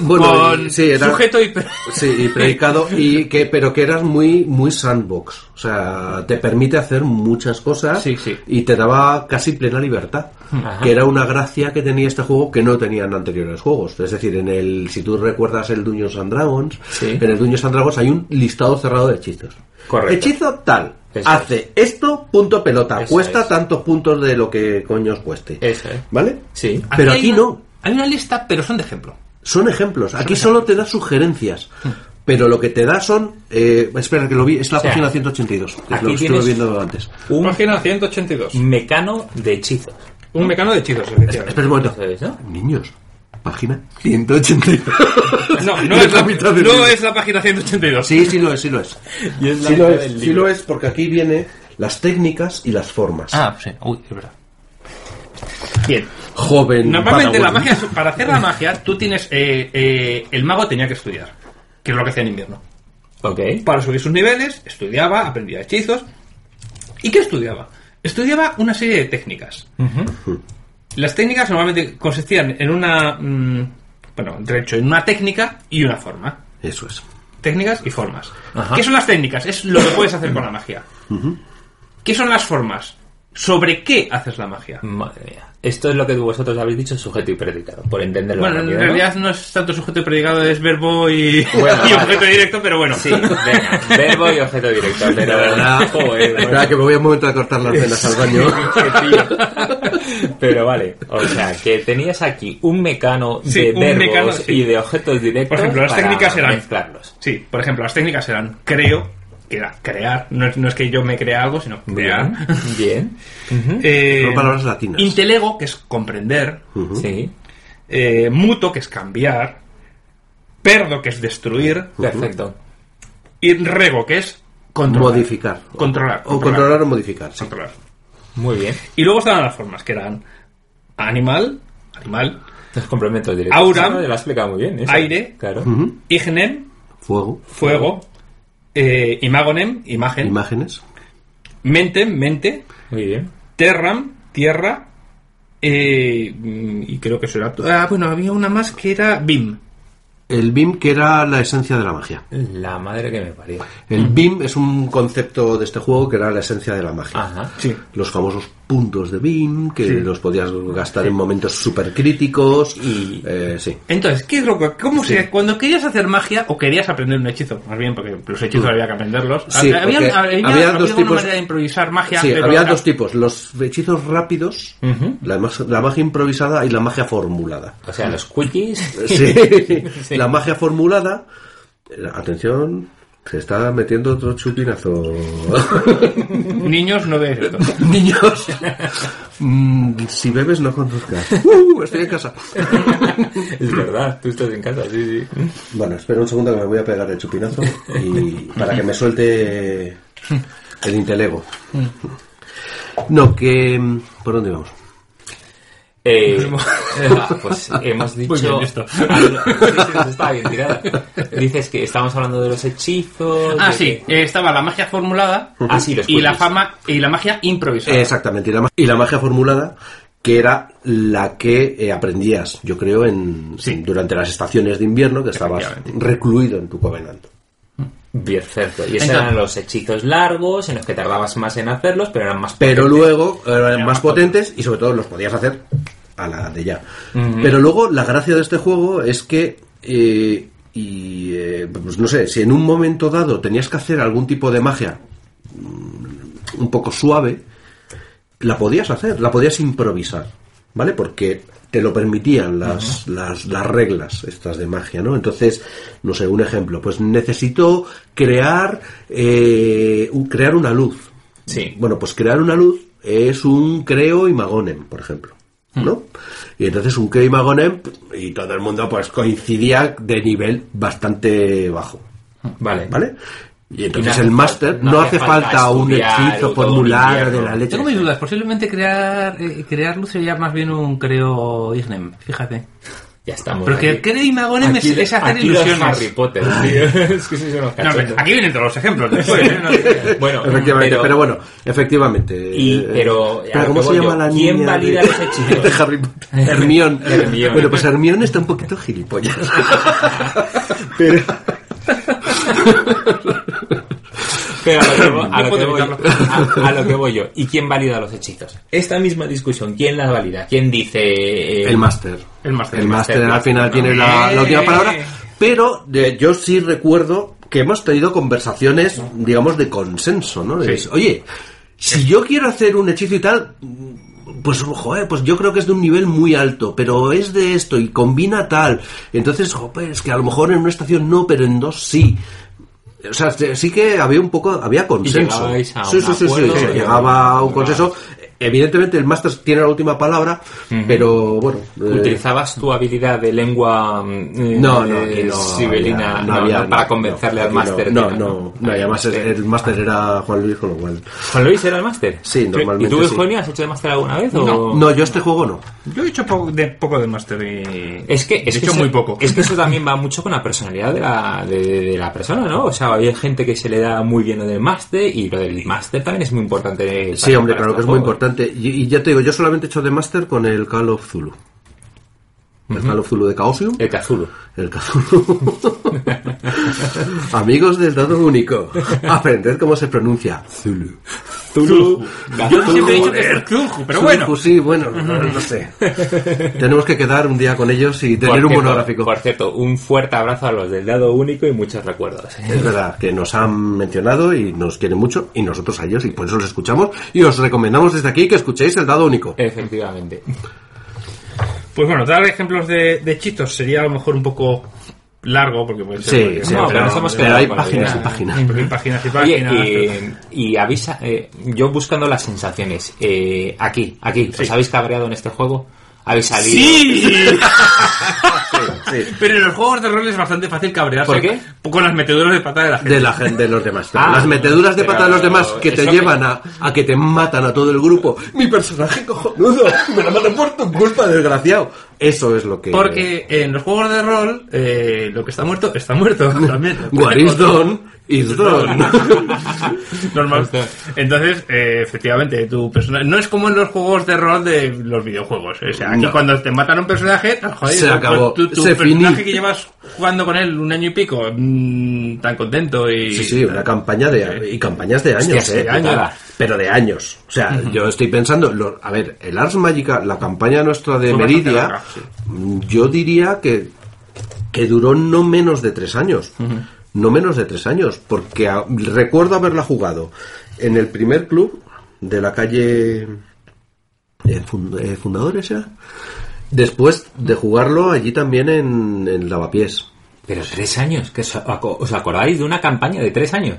Bueno, Con y- sí, era- sujeto y... pre- Sí, y predicado, y que, pero que eras muy, muy sandbox. O sea, te permite hacer muchas cosas Sí, sí. y te daba casi plena libertad. Ajá. Que era una gracia que tenía este juego que no tenían anteriores juegos. Es decir, en el, si tú recuerdas el Dungeons and Dragons, Sí. en el Dungeons and Dragons hay un listado cerrado de hechizos. Correcto. Hechizo tal. Eso hace esto, punto pelota. Eso cuesta es. Eh. tantos puntos de lo que coño os cueste. Eso es. ¿Vale? Sí. Pero hay aquí una- no. Hay una lista, pero son de ejemplo. Son ejemplos. Aquí solo te da sugerencias. Pero lo que te da son. Eh, espera, que lo vi. Es la O sea, página 182. Que es aquí lo que estuve tienes- viendo antes. Un Mm. Página 182. mecano de hechizos. Un mecano de hechizos, efectivamente. Espera un momento. Eso es, ¿no? Niños. Página 182. No, no Y es, la, mitad del no libro. es la página 182. Sí, sí lo es, sí lo es. Y es la sí lo mitad es, del sí libro. lo es, porque aquí viene las técnicas y las formas. Ah, sí. Uy, es verdad. Bien. Joven. Normalmente la Padawan. magia, para hacer la magia, tú tienes... eh, eh, el mago tenía que estudiar, que es lo que hacía en invierno. Ok. Para subir sus niveles, estudiaba, aprendía hechizos. ¿Y qué estudiaba? Estudiaba una serie de técnicas. Las técnicas normalmente consistían en una... mm, bueno, de hecho, en una técnica y una forma. Eso es. Técnicas y formas. Ajá. ¿Qué son las técnicas? Es lo que puedes hacer con la magia. ¿Qué son las formas? ¿Sobre qué haces la magia? Madre mía. Esto es lo que vosotros habéis dicho, sujeto y predicado, por entenderlo. Bueno, en rápido, ¿no? realidad no es tanto sujeto y predicado, es verbo y, Bueno, y vale. objeto directo, pero bueno. Sí, venga, verbo y objeto directo. Pero, Ah, joder, bueno. Espera, que me voy a un momento a cortar las venas al baño. Pero vale, o sea, que tenías aquí un mecano Sí, de un verbos mecano, sí. y de objetos directos Por ejemplo, las para técnicas eran- mezclarlos. Sí, por ejemplo, las técnicas eran creo, que era crear, no es, no es que yo me crea algo, sino crear. Bien, bien. Eh, Son palabras latinas. Intelego, que es comprender. Mm. Ujú. Sí, eh, muto, que es cambiar. Perdo, que es destruir. Mm. perfecto. Y rego, que es controlar. Modificar. Controlar. O controlar o modificar. sí. controlar. Muy bien. Y luego estaban las formas, que eran animal, animal, Los complementos directos. Auram. Eso lo ha explicado muy bien. eso. Aire. Claro. Ujú. ignem, Fuego. fuego, eh, imagonem, imagen, Imágenes. mentem, mente, Muy bien. Terram, Tierra, eh, mm, y creo que eso era... to- Ah, bueno, había una más que era BIM. El BIM, que era la esencia de la magia. La madre que me parió. El BIM es un concepto de este juego que era la esencia de la magia. Ajá. Sí. Los famosos puntos de BIM, que los podías gastar en momentos súper críticos. Y- eh, sí. Entonces, ¿qué es lo que, cómo se, cuando querías hacer magia o querías aprender un hechizo, más bien, porque los hechizos había que aprenderlos. Mm. Sí, había, porque había- había había dos una tipos- manera de improvisar magia. Sí, pero- había dos tipos, los hechizos rápidos, la, mas- la magia improvisada y la magia formulada. O sea, los quickies. Sí. La magia formulada, eh, atención, se está metiendo otro chupinazo. Niños, no veis esto. Niños, Mm, si bebes no conduzcas. Uh, estoy en casa. es verdad, tú estás en casa, sí, sí. Bueno, espera un segundo que me voy a pegar el chupinazo y para que me suelte el intelego. No, que... mm, ¿Por dónde vamos? Eh, eh, pues hemos dicho. Muy bien esto. Algo- sí, sí, está bien tirada. Dices que estábamos hablando de los hechizos. Ah, de sí, que- eh, estaba la magia formulada Ah, sí, los y la quickies. fama y la magia improvisada. Exactamente, y la, ma- y la magia formulada, que era la que eh, aprendías, yo creo, en durante las estaciones de invierno que estabas Efectivamente. recluido en tu covenant. Bien, cierto. Y esos Entonces- eran los hechizos largos en los que tardabas más en hacerlos, pero eran más. Pero luego eran más más potentes y sobre todo los podías hacer a la de ya. Pero luego la gracia de este juego es que... eh, y eh, pues no sé, si en un momento dado tenías que hacer algún tipo de magia mm, un poco suave, la podías hacer, la podías improvisar, ¿vale? Porque te lo permitían las, las, las reglas estas de magia, ¿no? Entonces, no sé, un ejemplo, pues necesito crear, eh, un- crear una luz. Sí. Bueno, pues crear una luz es un creo y magonem, por ejemplo. Hmm. ¿No? Y entonces un creo y magonem y todo el mundo pues coincidía de nivel bastante bajo. Vale. ¿vale? Y entonces hace el falta- máster no, hace falta, un estudiar hechizo o todo un formular invierno. de la leche. Eh, Tengo mis dudas, posiblemente crear eh, crear luz sería más bien un creo ignem, fíjate. Ya estamos. Pero que aquí. creo y magonem es, Aquí- es hacer aquí los ilusiones. Harry Potter, tío. es que sí son los No, cachetes. aquí vienen todos los ejemplos después, ¿eh? No- Bueno, Efectivamente, pero, bueno, efectivamente. Y- eh, pero, a lo ¿cómo que se voy llama yo, la ¿quién niña valida de, los hechizos? de Harry Potter? Hermión. Hermión. Bueno, pues Hermión está un poquito gilipollas. pero, Pero a lo que, vo- a No lo puedo que voy, evitarlo. a- a lo que voy yo. ¿Y quién valida los hechizos? Esta misma discusión, ¿quién la valida? ¿Quién dice...? eh, El máster. El máster. El El máster máster. al final tiene la, la última palabra. Pero de- yo sí recuerdo que hemos tenido conversaciones, digamos, de consenso, ¿no? Es, Oye, si yo quiero hacer un hechizo y tal, pues, joder, pues yo creo que es de un nivel muy alto, pero es de esto y combina tal. Entonces, joder, es que a lo mejor en una estación no, pero en dos sí. O sea, se- sí que había un poco, había consenso. llegabais a sí, un sí, sí, sí, acuerdo. sí, llegaba a un consenso. Evidentemente el máster tiene la última palabra, pero bueno. eh, ¿Utilizabas tu habilidad de lengua mm, no, no, eh, aquí no sibelina había- no, había- no, para no, convencerle no, al aquí no, máster? No, que no, no, y además el, el máster era Juan Luis, con lo cual. pues, eh, ¿Juan Luis era el máster? Sí, ¿Y normalmente tú, sí. Eugenio, has hecho de máster alguna vez? o- No, yo este juego no. Yo he hecho poco de, poco de máster y... Es que, es he que hecho eso- muy poco. Es que eso también va mucho con la personalidad de la, de, de- de la persona, ¿no? O sea, hay gente que se le da muy bien lo del máster y lo del máster también es muy importante. para- Sí, hombre, para claro que estos es muy juegos. importante. Y, y ya te digo, yo solamente he hecho de máster con el Call of Zulu. El Call of Zulu de Chaosium. El cazulo. El Cthulhu. Amigos del dado único, aprended cómo se pronuncia Zulu. Zulu. Yo siempre he dicho que es Cthulhu, pero bueno. Zulu, sí, bueno, no, no sé. Tenemos que quedar un día con ellos y tener un monográfico. Por cierto, un fuerte abrazo a los del dado único y muchos recuerdos. Es verdad que nos han mencionado y nos quieren mucho y nosotros a ellos y por eso los escuchamos y os recomendamos desde aquí que escuchéis el dado único. Efectivamente. Pues bueno, dar ejemplos de, de hechizos sería a lo mejor un poco largo, porque puede ser... Sí, cualquier- sí, No, pero pero, nos hemos pero quedado hay con la páginas y idea. páginas. Porque hay páginas y Oye, páginas... eh, y avisa, eh, yo buscando las sensaciones, eh, aquí, aquí, ¿os habéis cabreado en este juego? ¿Habéis salido? ¡Sí! Sí, sí. Pero en los juegos de rol es bastante fácil cabrearse ¿Por qué? con las meteduras de patada de la gente. De la gente de los demás. Ah, Las meteduras de pero pata de los demás que te eso que- llevan a, a que te matan a todo el grupo. Mi personaje cojonudo, me la matan por tu culpa, desgraciado. Eso es lo que... Porque en los juegos de rol, eh, lo que está muerto, está muerto también. What is done, is done. Normal. Entonces, eh, efectivamente, tu personaje. No es como en los juegos de rol de los videojuegos. O sea, aquí No. cuando te matan a un personaje, tan jodido. Se acabó. Tu, tu Se personaje finí. que llevas jugando con él un año y pico, mm, tan contento y. Sí, sí, una campaña de... y campañas de años, Hostias, eh. qué putada. pero de años. O sea, yo estoy pensando, lo- a ver, el Ars Magica, la campaña nuestra de Fue bastante Meridia, larga, sí. mm, yo diría que, que duró no menos de tres años. No menos de tres años, porque a- recuerdo haberla jugado en el primer club de la calle eh, fund- eh, Fundadores, ¿era? Después de jugarlo allí también en, en Lavapiés. Pero tres años, que os, aco- ¿os acordáis de una campaña de tres años?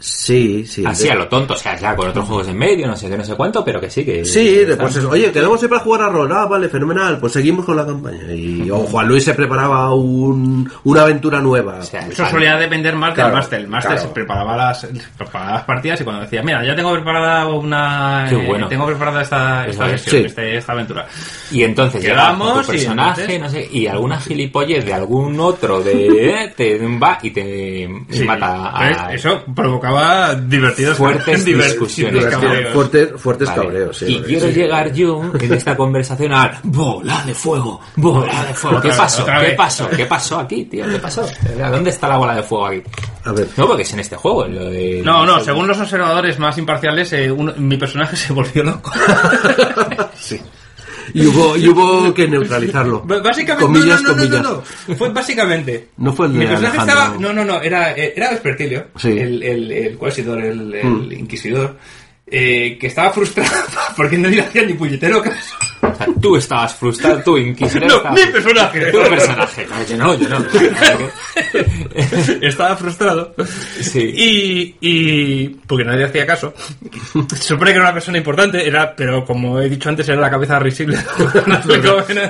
Sí, sí. Así a lo tonto, o sea, ya con otros juegos en medio, no sé qué, no sé cuánto, pero que sí, que... Sí, después eso. Oye, quedamos hoy para jugar a rol. Ah, vale, fenomenal. Pues seguimos con la campaña. Y o Juan Luis se preparaba un, una aventura nueva. O sea, Eso solía depender más Claro, del máster. El máster claro. se preparaba las, preparaba las partidas y cuando decía, mira, ya tengo preparada una. Qué eh, bueno. tengo preparada esta, esta Sí. sesión, este- esta aventura. Y entonces llegamos Quedamos tu y personaje, entonces- no sé, y alguna gilipollez de algún otro de eh, te va y te Sí. mata a Entonces, Eso provocaba divertidos Fuertes divertidos discusiones. cabreos. Fuertes, fuertes Vale. cabreos. sí, y porque- quiero llegar yo en esta conversación a bola de fuego, bola de fuego. ¿Qué Otra vez, pasó? otra ¿Qué vez. pasó? ¿Qué pasó aquí, tío? ¿Qué pasó? ¿A ¿Dónde está la bola de fuego aquí? A ver. No, porque es en este juego, lo de... No, no, según los observadores más imparciales, eh, uno- mi personaje se volvió loco. Y hubo, y hubo que neutralizarlo. B- Básicamente, Comillas, no, no, no, no, comillas. no, no. Fue básicamente. No fue el Pues de Mi personaje Alejandro. estaba. No, no, no, era, eh, era Vespertilio, Sí. el, el, el Cuasidor, el, el Inquisidor, eh, que estaba frustrado porque no le hacía ni puñetero caso. O sea, tú estabas frustrado, tú inquisidor. No, estabas- mi personaje. Tu personaje. No, yo no, yo no. estaba frustrado. Sí. Y, y- Porque nadie hacía caso. Se supone que era una persona importante, era pero como he dicho antes, era la cabeza risible.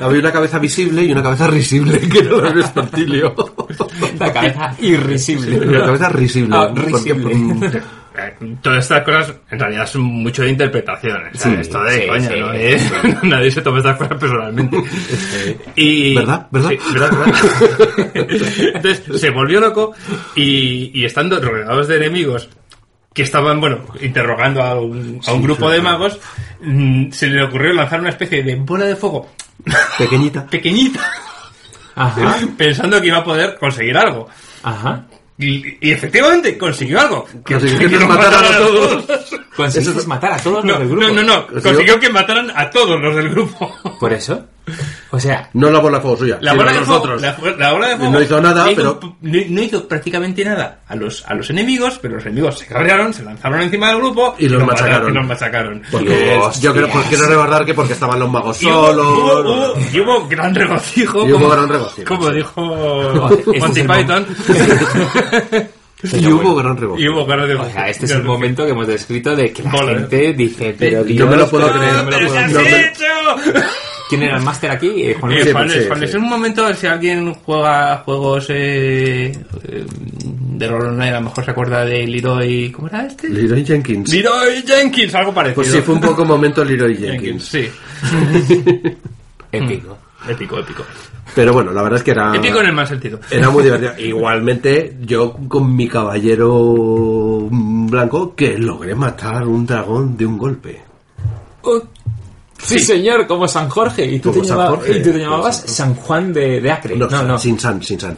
Había una cabeza visible y una cabeza risible, que no era Vespertilio. La cabeza irrisible. Una cabeza risible. Ah, risible. Eh, Todas estas cosas en realidad son mucho de interpretación. o sea, Sí, esto de sí, coño, sí. ¿no? Eh, nadie se toma estas cosas personalmente. Y, ¿Verdad? ¿Verdad? Sí, ¿verdad? ¿verdad? Entonces se volvió loco y, y estando rodeados de enemigos que estaban, bueno, interrogando a un, a un grupo de magos, mm, se le ocurrió lanzar una especie de bola de fuego Pequeñita. pequeñita, Ajá, pensando que iba a poder conseguir algo. ajá. Y, y efectivamente consiguió algo. Que, Consiguió que que nos mataran a todos. Consigues Eso es- matar a todos los No, del grupo. no, no, no. Consiguió- Consiguió que mataran a todos los del grupo. Por eso. O sea, No la bola de fuego suya. La sino bola, de fuego, nosotros. la, fu- la bola de fuego No hizo nada, no hizo- pero- no, no hizo prácticamente nada a los, a los enemigos, pero los enemigos se cabrearon, se lanzaron encima del grupo Y los mataron- machacaron. y los machacaron. Porque Dios, yo creo, pues tías. quiero recordar que porque estaban los magos Y hubo, solos. hubo- hubo- y hubo gran regocijo. Y hubo como- gran regocijo, Como sí. dijo es Monty el Python. Y hubo gran rebote. y hubo gran o regocijo. sea, este es el momento que hemos descrito de que la Bola. gente dice, pero Yo me lo Dios, puedo pero- creer. ¡Ah, no me lo pero puedo- se has no me- hecho! ¿Quién era el máster aquí? Eh, Juan Eh, Luis. Sí, pues Juan- sí, Juan, sí. es un momento, si alguien juega juegos eh, eh, de rol online, a lo mejor se acuerda de Leroy... ¿Cómo era este? Leroy Jenkins. Leroy Jenkins, algo parecido. Pues sí, fue un poco momento Leroy Jenkins. sí. Mm. Épico. Épico, épico. Pero bueno, la verdad es que era... Épico en el mal sentido. Era muy divertido. Igualmente, yo con mi caballero blanco que logré matar un dragón de un golpe. Oh, sí, señor, como San Jorge. Y tú, Como te, San llamaba- Jorge. y tú te llamabas San Juan de, de Acre. No, no. Sin san, sin san.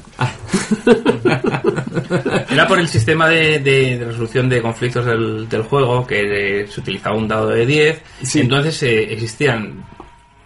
Era por el sistema de, de- de resolución de conflictos del, del juego, que eh, se utilizaba un dado de 10. Sí. Entonces eh, existían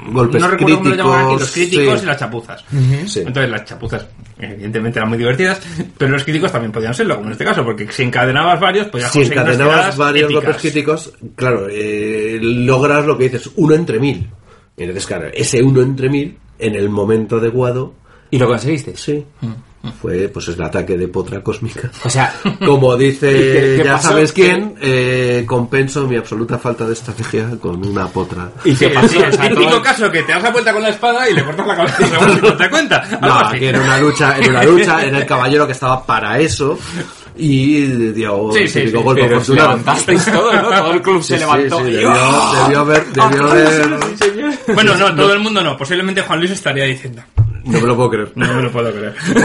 Golpes no recuerdo cómo lo llamaban aquí, los críticos, críticos sí. y las chapuzas. Sí. Entonces las chapuzas evidentemente eran muy divertidas, pero los críticos también podían serlo, como en este caso, porque si encadenabas varios, podías Si conseguir unas encadenabas tiradas varios épicas. golpes críticos, claro, eh, logras lo que dices, uno entre mil. Y entonces, claro, ese uno entre mil, en el momento adecuado, ¿Y lo conseguiste? sí, Mm. fue pues el ataque de potra cósmica. O sea, Como ¿Qué- dice qué ya pasó? sabes quién, eh, compenso mi absoluta falta de estrategia con una potra. ¿y qué Sí, pasó? sí, O el sea, típico todo- caso que te das la vuelta con la espada y le cortas la cabeza a Ramón sin te cuenta. Ah, Algo pues No, así. que era una lucha, era una lucha, era el caballero que estaba para eso y dio Sí, el sí, típico sí, golpe Pero os afortunado. levantasteis todo, ¿no? Todo el club Sí, se sí, levantó. sí, y- debió, ¡Ah! debió haber, debió haber- Bueno, no, todo el mundo no. Posiblemente Juan Luis estaría diciendo, No me lo puedo creer. no me lo puedo creer.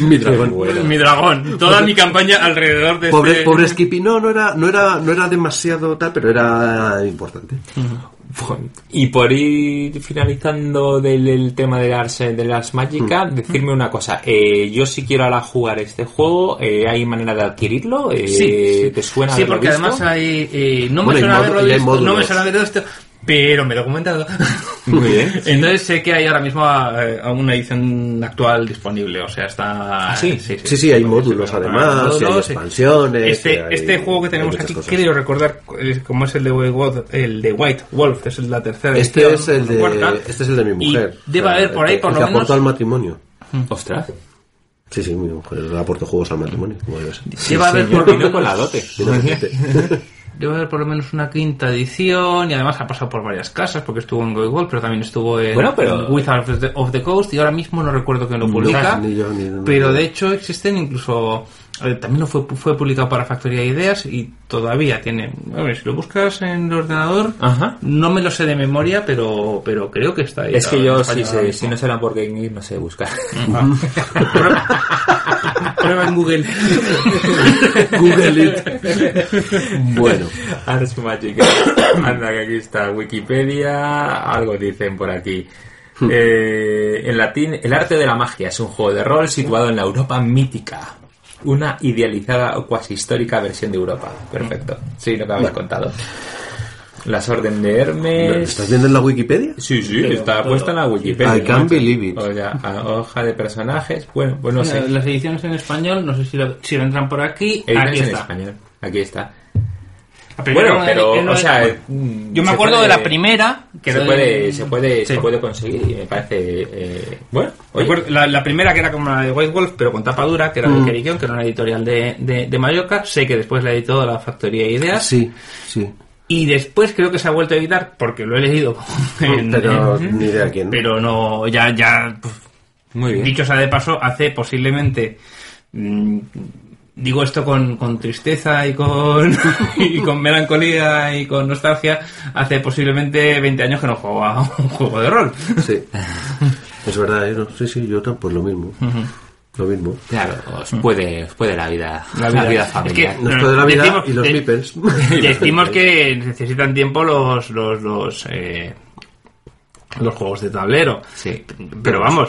Mi dragón. Mi dragón, toda mi campaña alrededor de Pobre, este... pobre Skippy, no, no era, no era, no era demasiado tal, pero era importante. Bueno, Y por ir finalizando del, del tema de las, eh, de las Magica, decirme una cosa. Eh, yo si quiero ahora jugar este juego, eh, ¿hay manera de adquirirlo? Eh, ¿Te suena Sí, haberlo porque visto? además hay. eh, no me Bueno, y suena modu- haberlo y hay visto, no me módulos. suena haberlo visto, este- pero me lo he documentado. eh, Muy bien. Entonces sé que hay ahora mismo eh, aún una edición actual disponible, o sea, está. sí? Ah, Sí, sí, hay módulos además, y hay módulos, sí. expansiones. y Este, hay- este juego que tenemos hay muchas aquí, cosas. creo recordar, eh, como es el de, White Wolf- el de White Wolf, es la tercera Este edición, es, el la de, cuarta, este es el de mi y mujer. Debe O sea, haber por ahí, el por que lo menos. aportó al matrimonio. Mm. Ostras. Sí, sí, mi mujer le aportó juegos al matrimonio, como debe ser. debe Sí, haber señor, por lo vino con la menos- dote. Debe haber por lo menos una quinta edición y además ha pasado por varias casas porque estuvo en Gold Gold, pero también estuvo en, Bueno, pero- en Wizards of the, of the Coast y ahora mismo no recuerdo quién lo publica. ni yo, ni- ni- pero de hecho existen incluso... eh, también lo fue, fue publicado para Factoría de Ideas y todavía tiene... A ver, si lo buscas en el ordenador... Ajá. No me lo sé de memoria, pero, pero creo que está ahí. Es que yo, si, sé se- si no serán por Game Geek, no sé buscar. Prueba en Google. Google Bueno, Ars Magica. Anda, que aquí está Wikipedia. Algo dicen por aquí. Hmm. Eh, en latín, el arte de la magia es un juego de rol situado en la Europa mítica. Una idealizada o cuasi histórica versión de Europa. Perfecto. Sí, lo que habéis contado. Las orden de Hermes. ¿estás viendo en la Wikipedia? Sí, sí, está puesta en la Wikipedia. I can't macho. believe it. O sea, a- hoja de personajes. Bueno, pues no sé. Las ediciones en español, no sé si lo, si lo entran por aquí. Ediciones aquí en está. español. Aquí está. La primera Bueno, era pero, era o sea, bueno, mm, yo me se acuerdo puede- de la primera que se era de- puede, se puede, se Sí. puede conseguir y me parece eh, bueno. Me oye, acuerdo- la, la primera que era como la de White Wolf, pero con tapa dura, que era de Kerigón, que era una editorial de, de, de Mallorca. Sé que después la editó la Factoría Ideas. Sí, sí. Y después creo que se ha vuelto a editar, porque lo he leído. en- Pero en- ni idea quién. pero no, ya, ya, pues, muy bien. Dicho sea de paso, hace posiblemente. mm, digo esto con, con tristeza y con, y con melancolía y con nostalgia. Hace posiblemente 20 años que no juego a un juego de rol. Sí. Es verdad, ¿eh? No, sí, sí, yo tam- pues lo mismo. Lo mismo. Claro, os puede, os puede la vida, Mm. la La vida, vida. familiar. Es que- Nos No, puede la vida decimos- y los de- nipples. Decimos que necesitan tiempo los. los, los eh, los juegos de tablero. Sí. Pero vamos,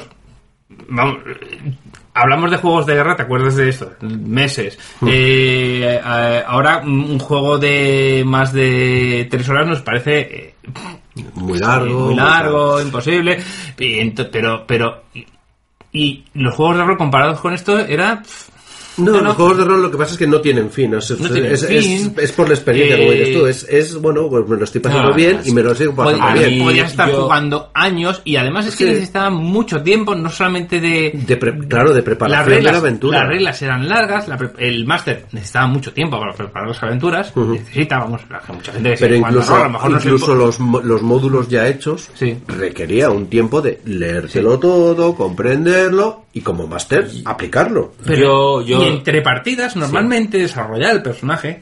vamos, eh, hablamos de juegos de guerra, ¿te acuerdas de esto? Meses. Eh, eh, ahora un un juego de más de tres horas nos parece eh, Muy largo. muy largo, imposible, y ento- pero, pero y, y los juegos de rol comparados con esto era pf, No, No, los no. juegos de rol lo que pasa es que no tienen fin. Es, es- No tienen es- fin. es- es por la experiencia, Eh, Ah, Pues, como dices tú. Es, es, bueno, pues me lo estoy pasando no, bien es- y me lo sigo pasando Joder, a bien. mí- podías estar yo- jugando años y además es que Sí. necesitaban mucho tiempo, no solamente de, De pre- claro, de preparación las reglas, de la aventura. Las reglas eran largas, la pre- el máster necesitaba mucho tiempo para preparar las aventuras, necesitábamos, mucha gente decía, Pero "Cuando incluso, no, a lo mejor no se incluso po-". los, mo- los módulos ya hechos Sí. requería un tiempo de leérselo todo, comprenderlo y como máster aplicarlo. Pero Yo- yo- y entre partidas, normalmente desarrollar el personaje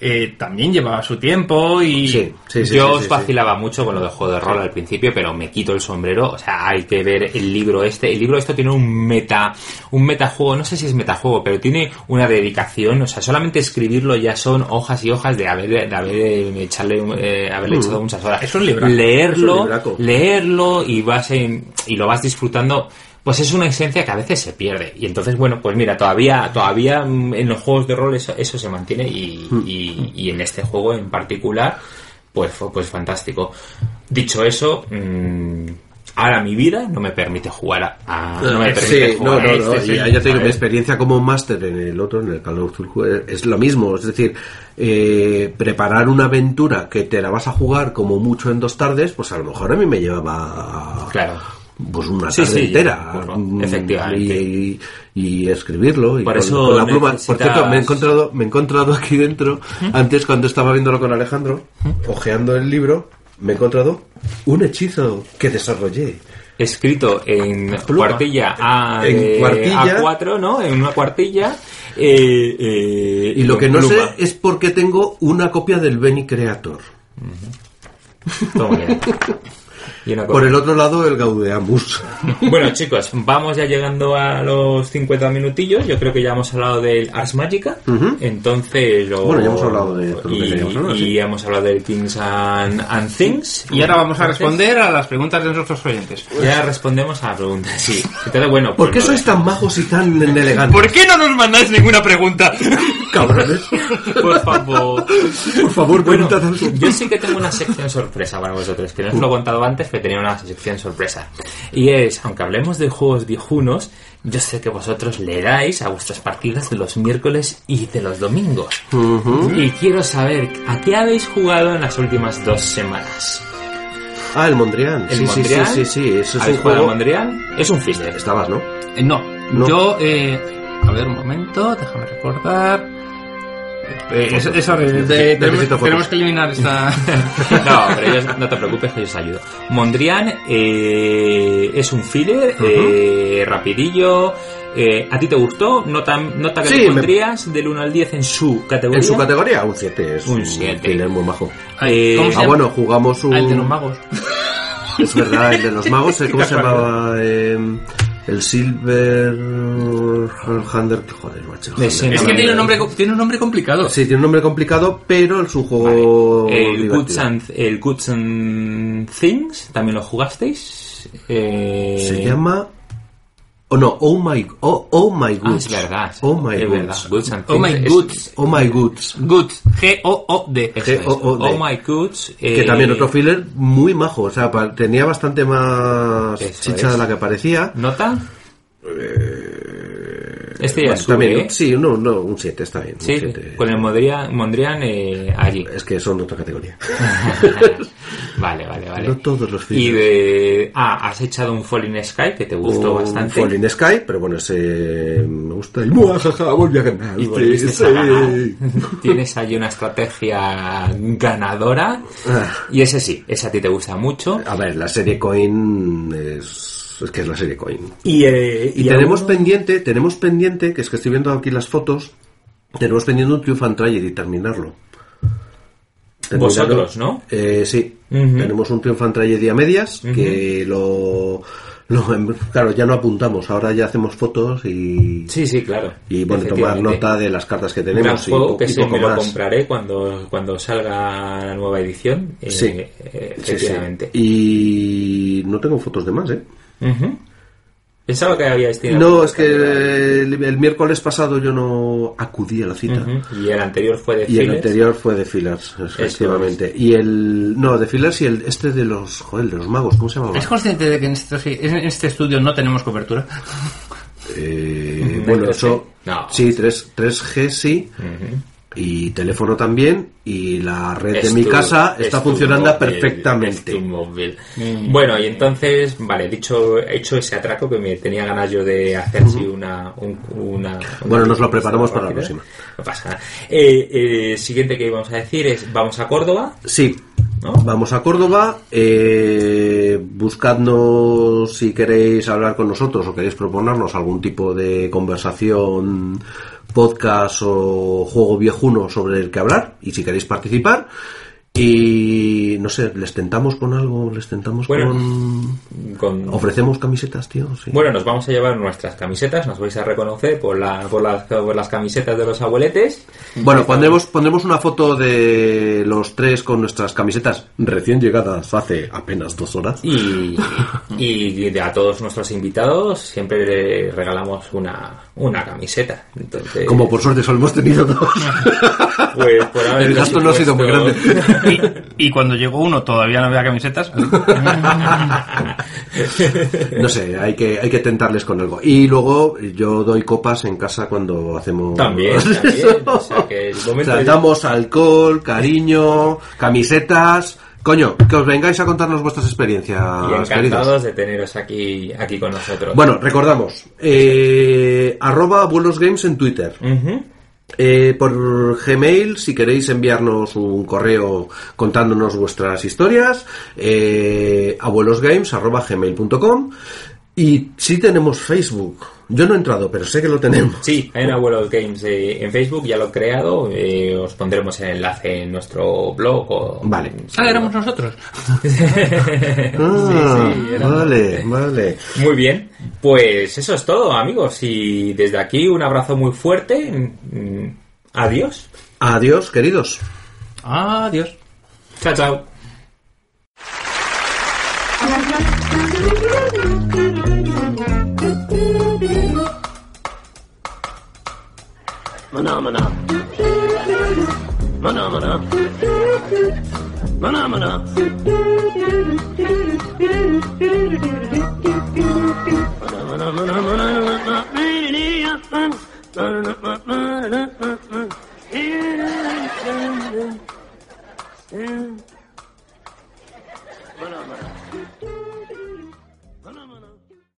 eh, también llevaba su tiempo y... Hmm. Sí, sí, sí. yo sí, os sí, sí. vacilaba mucho con lo de juego de rol al principio, pero me quito el sombrero. O sea, hay que ver el libro este. El libro este tiene un meta, un metajuego, no sé si es metajuego, pero tiene una dedicación. O sea, solamente escribirlo ya son hojas y hojas de haber, de haber eh, echarle, eh, haberle echado muchas horas. Es un libraco. Es un Leerlo, libraco. leerlo y vas en- y lo vas disfrutando. Pues es una esencia que a veces se pierde. Y entonces, bueno, pues mira, todavía, todavía mm, en los juegos de rol eso, eso se mantiene y, Hmm. y- y en este juego en particular, pues fue pues fantástico. Dicho eso, mm, ahora mi vida no me permite jugar a, a- no me permite Eh, Sí, no, jugar no, a no, este, y sí, ya- ya te digo, mi ¿sabes? experiencia como máster en el otro, en el Call of Cthulhu, es- es lo mismo. Es decir, eh, preparar una aventura que te la vas a jugar como mucho en dos tardes, pues a lo mejor a mí me llevaba Claro. pues una Sí, tarde sí, entera curro, Mm, efectivamente. y, y escribirlo y Por con- eso con la pluma por necesitas- cierto me he encontrado me he encontrado aquí dentro antes cuando estaba viéndolo con Alejandro ojeando el libro me he encontrado un hechizo que desarrollé escrito en Pluma. cuartilla A, Ah, En cuartilla. 4 ¿no? En una cuartilla. eh, eh, y lo con que no sé pluma. es por qué tengo una copia del Beni Creator Toma ya. y una cosa. Por el otro lado, el Gaudeamus. Bueno, chicos, vamos ya llegando a los 50 minutillos. Yo creo que ya hemos hablado del Ars Magica. Ujú. Entonces, lo- Bueno, ya hemos hablado de todo lo que y, queríamos hablar, y sí. hemos hablado del Kings and, and Things. Y ahora vamos a responder a las preguntas de nuestros oyentes. Ya respondemos a la pregunta, sí. Entonces, bueno, ¿Por qué pues, sois tan majos y tan elegantes? ¿Por qué no nos mandáis ninguna pregunta? cabrones? Por favor. Por favor, Bueno, preguntad algo. yo sí que tengo una sección sorpresa para vosotros, que no os lo he contado antes, pero tenía una sección sorpresa. Y es, aunque hablemos de juegos viejunos, yo sé que vosotros le dais a vuestras partidas de los miércoles y de los domingos. ¿Mm? Y quiero saber, ¿a qué habéis jugado en las últimas dos semanas? Ah, el Mondrian. ¿El sí, sí, Mondrian? sí, sí, sí, Eso es ¿Habéis jugado un juego. al Mondrian? Es un filler. Estabas, ¿no? Eh, No, No. yo... eh, a ver, un momento, déjame recordar... Eh, es- es horrible. Necesito Te- tenemos, fotos. tenemos que eliminar esta... No, pero yo- no te preocupes que yo os ayudo. Mondrian eh, es un filler, eh, rapidillo. eh, ¿A ti te gustó? ¿Nota, nota que Sí, le me- pondrías del 1 al 10 en su categoría? En su categoría, un 7. Es Un un siete. 7. muy majo. Eh, ¿Cómo se Ah, llama? bueno, jugamos un. Ah, el de los magos. Es verdad, el de los magos. eh, ¿Cómo se llamaba? Eh, el Silver. Hunter. Joder, macho. De ese no me Hunter. Es que acuerdo. tiene un nombre, co- tiene un nombre complicado. Sí, tiene un nombre complicado, pero es un juego. el, divertido. Goods and, el Goods and Things, ¿también lo jugasteis? Eh, Se llama. Oh no, Oh My, oh, oh my Ah, Goods. es verdad. Oh My es Goods. verdad. Goods and Oh my Things es- goods. Oh My Goods. Goods. G-O-O-D. eso es. G-O-O-D. Oh my goods. eh, Que también otro filler muy majo, o sea, pa- tenía bastante más Eso chicha es. de la que parecía. ¿Nota? Este ya Bueno, sube, también, ¿eh? Sí, no, no, un 7 está bien. un Sí, pues siete. con el Mondrian, Mondrian eh, allí. Es que son de otra categoría. vale, vale, vale. No todos los Y fillers. de... Ah, has echado un Falling Sky que te gustó Un bastante. Oh, Falling Sky, pero bueno, ese eh, me gusta. Y muajaja, volví a ganar. Y volviste a ganar. Tienes ahí una estrategia ganadora. Ah. Y ese sí, ese a ti te gusta mucho. A ver, la serie Coin es, es que es la serie Coin. Y, eh, Y, y tenemos aún- pendiente, tenemos pendiente, que es que estoy viendo aquí las fotos, tenemos pendiente un Triumph and Tragedy, terminarlo. Vosotros, ¿no? Eh, sí. Ujú. Tenemos un Triumph and Tragedy a medias, que lo, lo- em, Claro, ya no apuntamos, ahora ya hacemos fotos y... Sí, sí, claro. Y bueno, tomar Efectivamente. nota de las cartas que Un gran tenemos y, juego po- que y se poco me lo más. compraré cuando, cuando salga la nueva edición. eh, Sí. eh, Sí, sí. efectivamente. Y no tengo fotos de más, ¿eh? Ujú. Pensaba que habíais tenido. No, alguna es que otra. el, el miércoles pasado yo no acudí a la cita. Ujú. Y el anterior fue de Y el Philips. anterior fue de Fillers, efectivamente. Y el. No, de Fillers y el este de los. Joder, de los magos, ¿cómo se llamaba? ¿Es consciente de que en estos- en este estudio no tenemos cobertura? Eh, bueno, ¿Tres G? eso. No. Sí, 3, 3G sí. Y teléfono también. Y la red de mi Es tu- casa es está tu funcionando móvil, es tu perfectamente. móvil. Bueno, y entonces, vale, dicho, hecho ese atraco que me tenía ganas yo de hacer así una, un- una, Bueno, una- nos lo preparamos para la partida. próxima. No pasa nada. Eh, eh, siguiente que íbamos a decir es, vamos a Córdoba, Sí. ¿no? Vamos a Córdoba, eh, buscadnos si queréis hablar con nosotros o queréis proponernos algún tipo de conversación, podcast o juego viejuno sobre el que hablar y si queréis participar. Y no sé, les tentamos con algo, les tentamos Bueno. con... Con- Ofrecemos camisetas, tío. Sí. Bueno, nos vamos a llevar nuestras camisetas, nos vais a reconocer por, la- por, las, por las camisetas de los abueletes. Bueno, pondremos, pondremos una foto de los tres con nuestras camisetas recién llegadas hace apenas dos horas. Y, y a todos nuestros invitados siempre le regalamos una, una camiseta. Entonces, Como por suerte solo hemos tenido dos. pues, por ahora El gasto no ha sido muy presupuesto- grande. Y, y cuando llegó uno todavía no había camisetas. No sé, hay que, hay que tentarles con algo. Y luego yo doy copas en casa cuando hacemos... También, también. O sea, que el momento O sea, es- damos alcohol, cariño, camisetas... Coño, que os vengáis a contarnos vuestras experiencias. Y queridos. encantados de teneros aquí, aquí con nosotros. Bueno, recordamos. eh, arroba Abuelos Games en Twitter. Ujú. Eh, por Gmail, si queréis enviarnos un correo contándonos vuestras historias, eh, abuelosgames.gmail.com Y sí tenemos Facebook. Yo no he entrado, pero sé que lo tenemos. Sí, hay una World of Games eh, en Facebook, ya lo he creado. eh, os pondremos el enlace en nuestro blog. O, Vale. Ah, éramos nosotros. Ah, sí, era- vale, vale. Muy bien, pues eso es todo, amigos. Y desde aquí un abrazo muy fuerte. Mm, Adiós. Adiós, queridos. Adiós. Chao, chao. Mana mana. Mana mana. Mana mana. Mana mana mana mana mana. Mana mana mana mana. Here I come.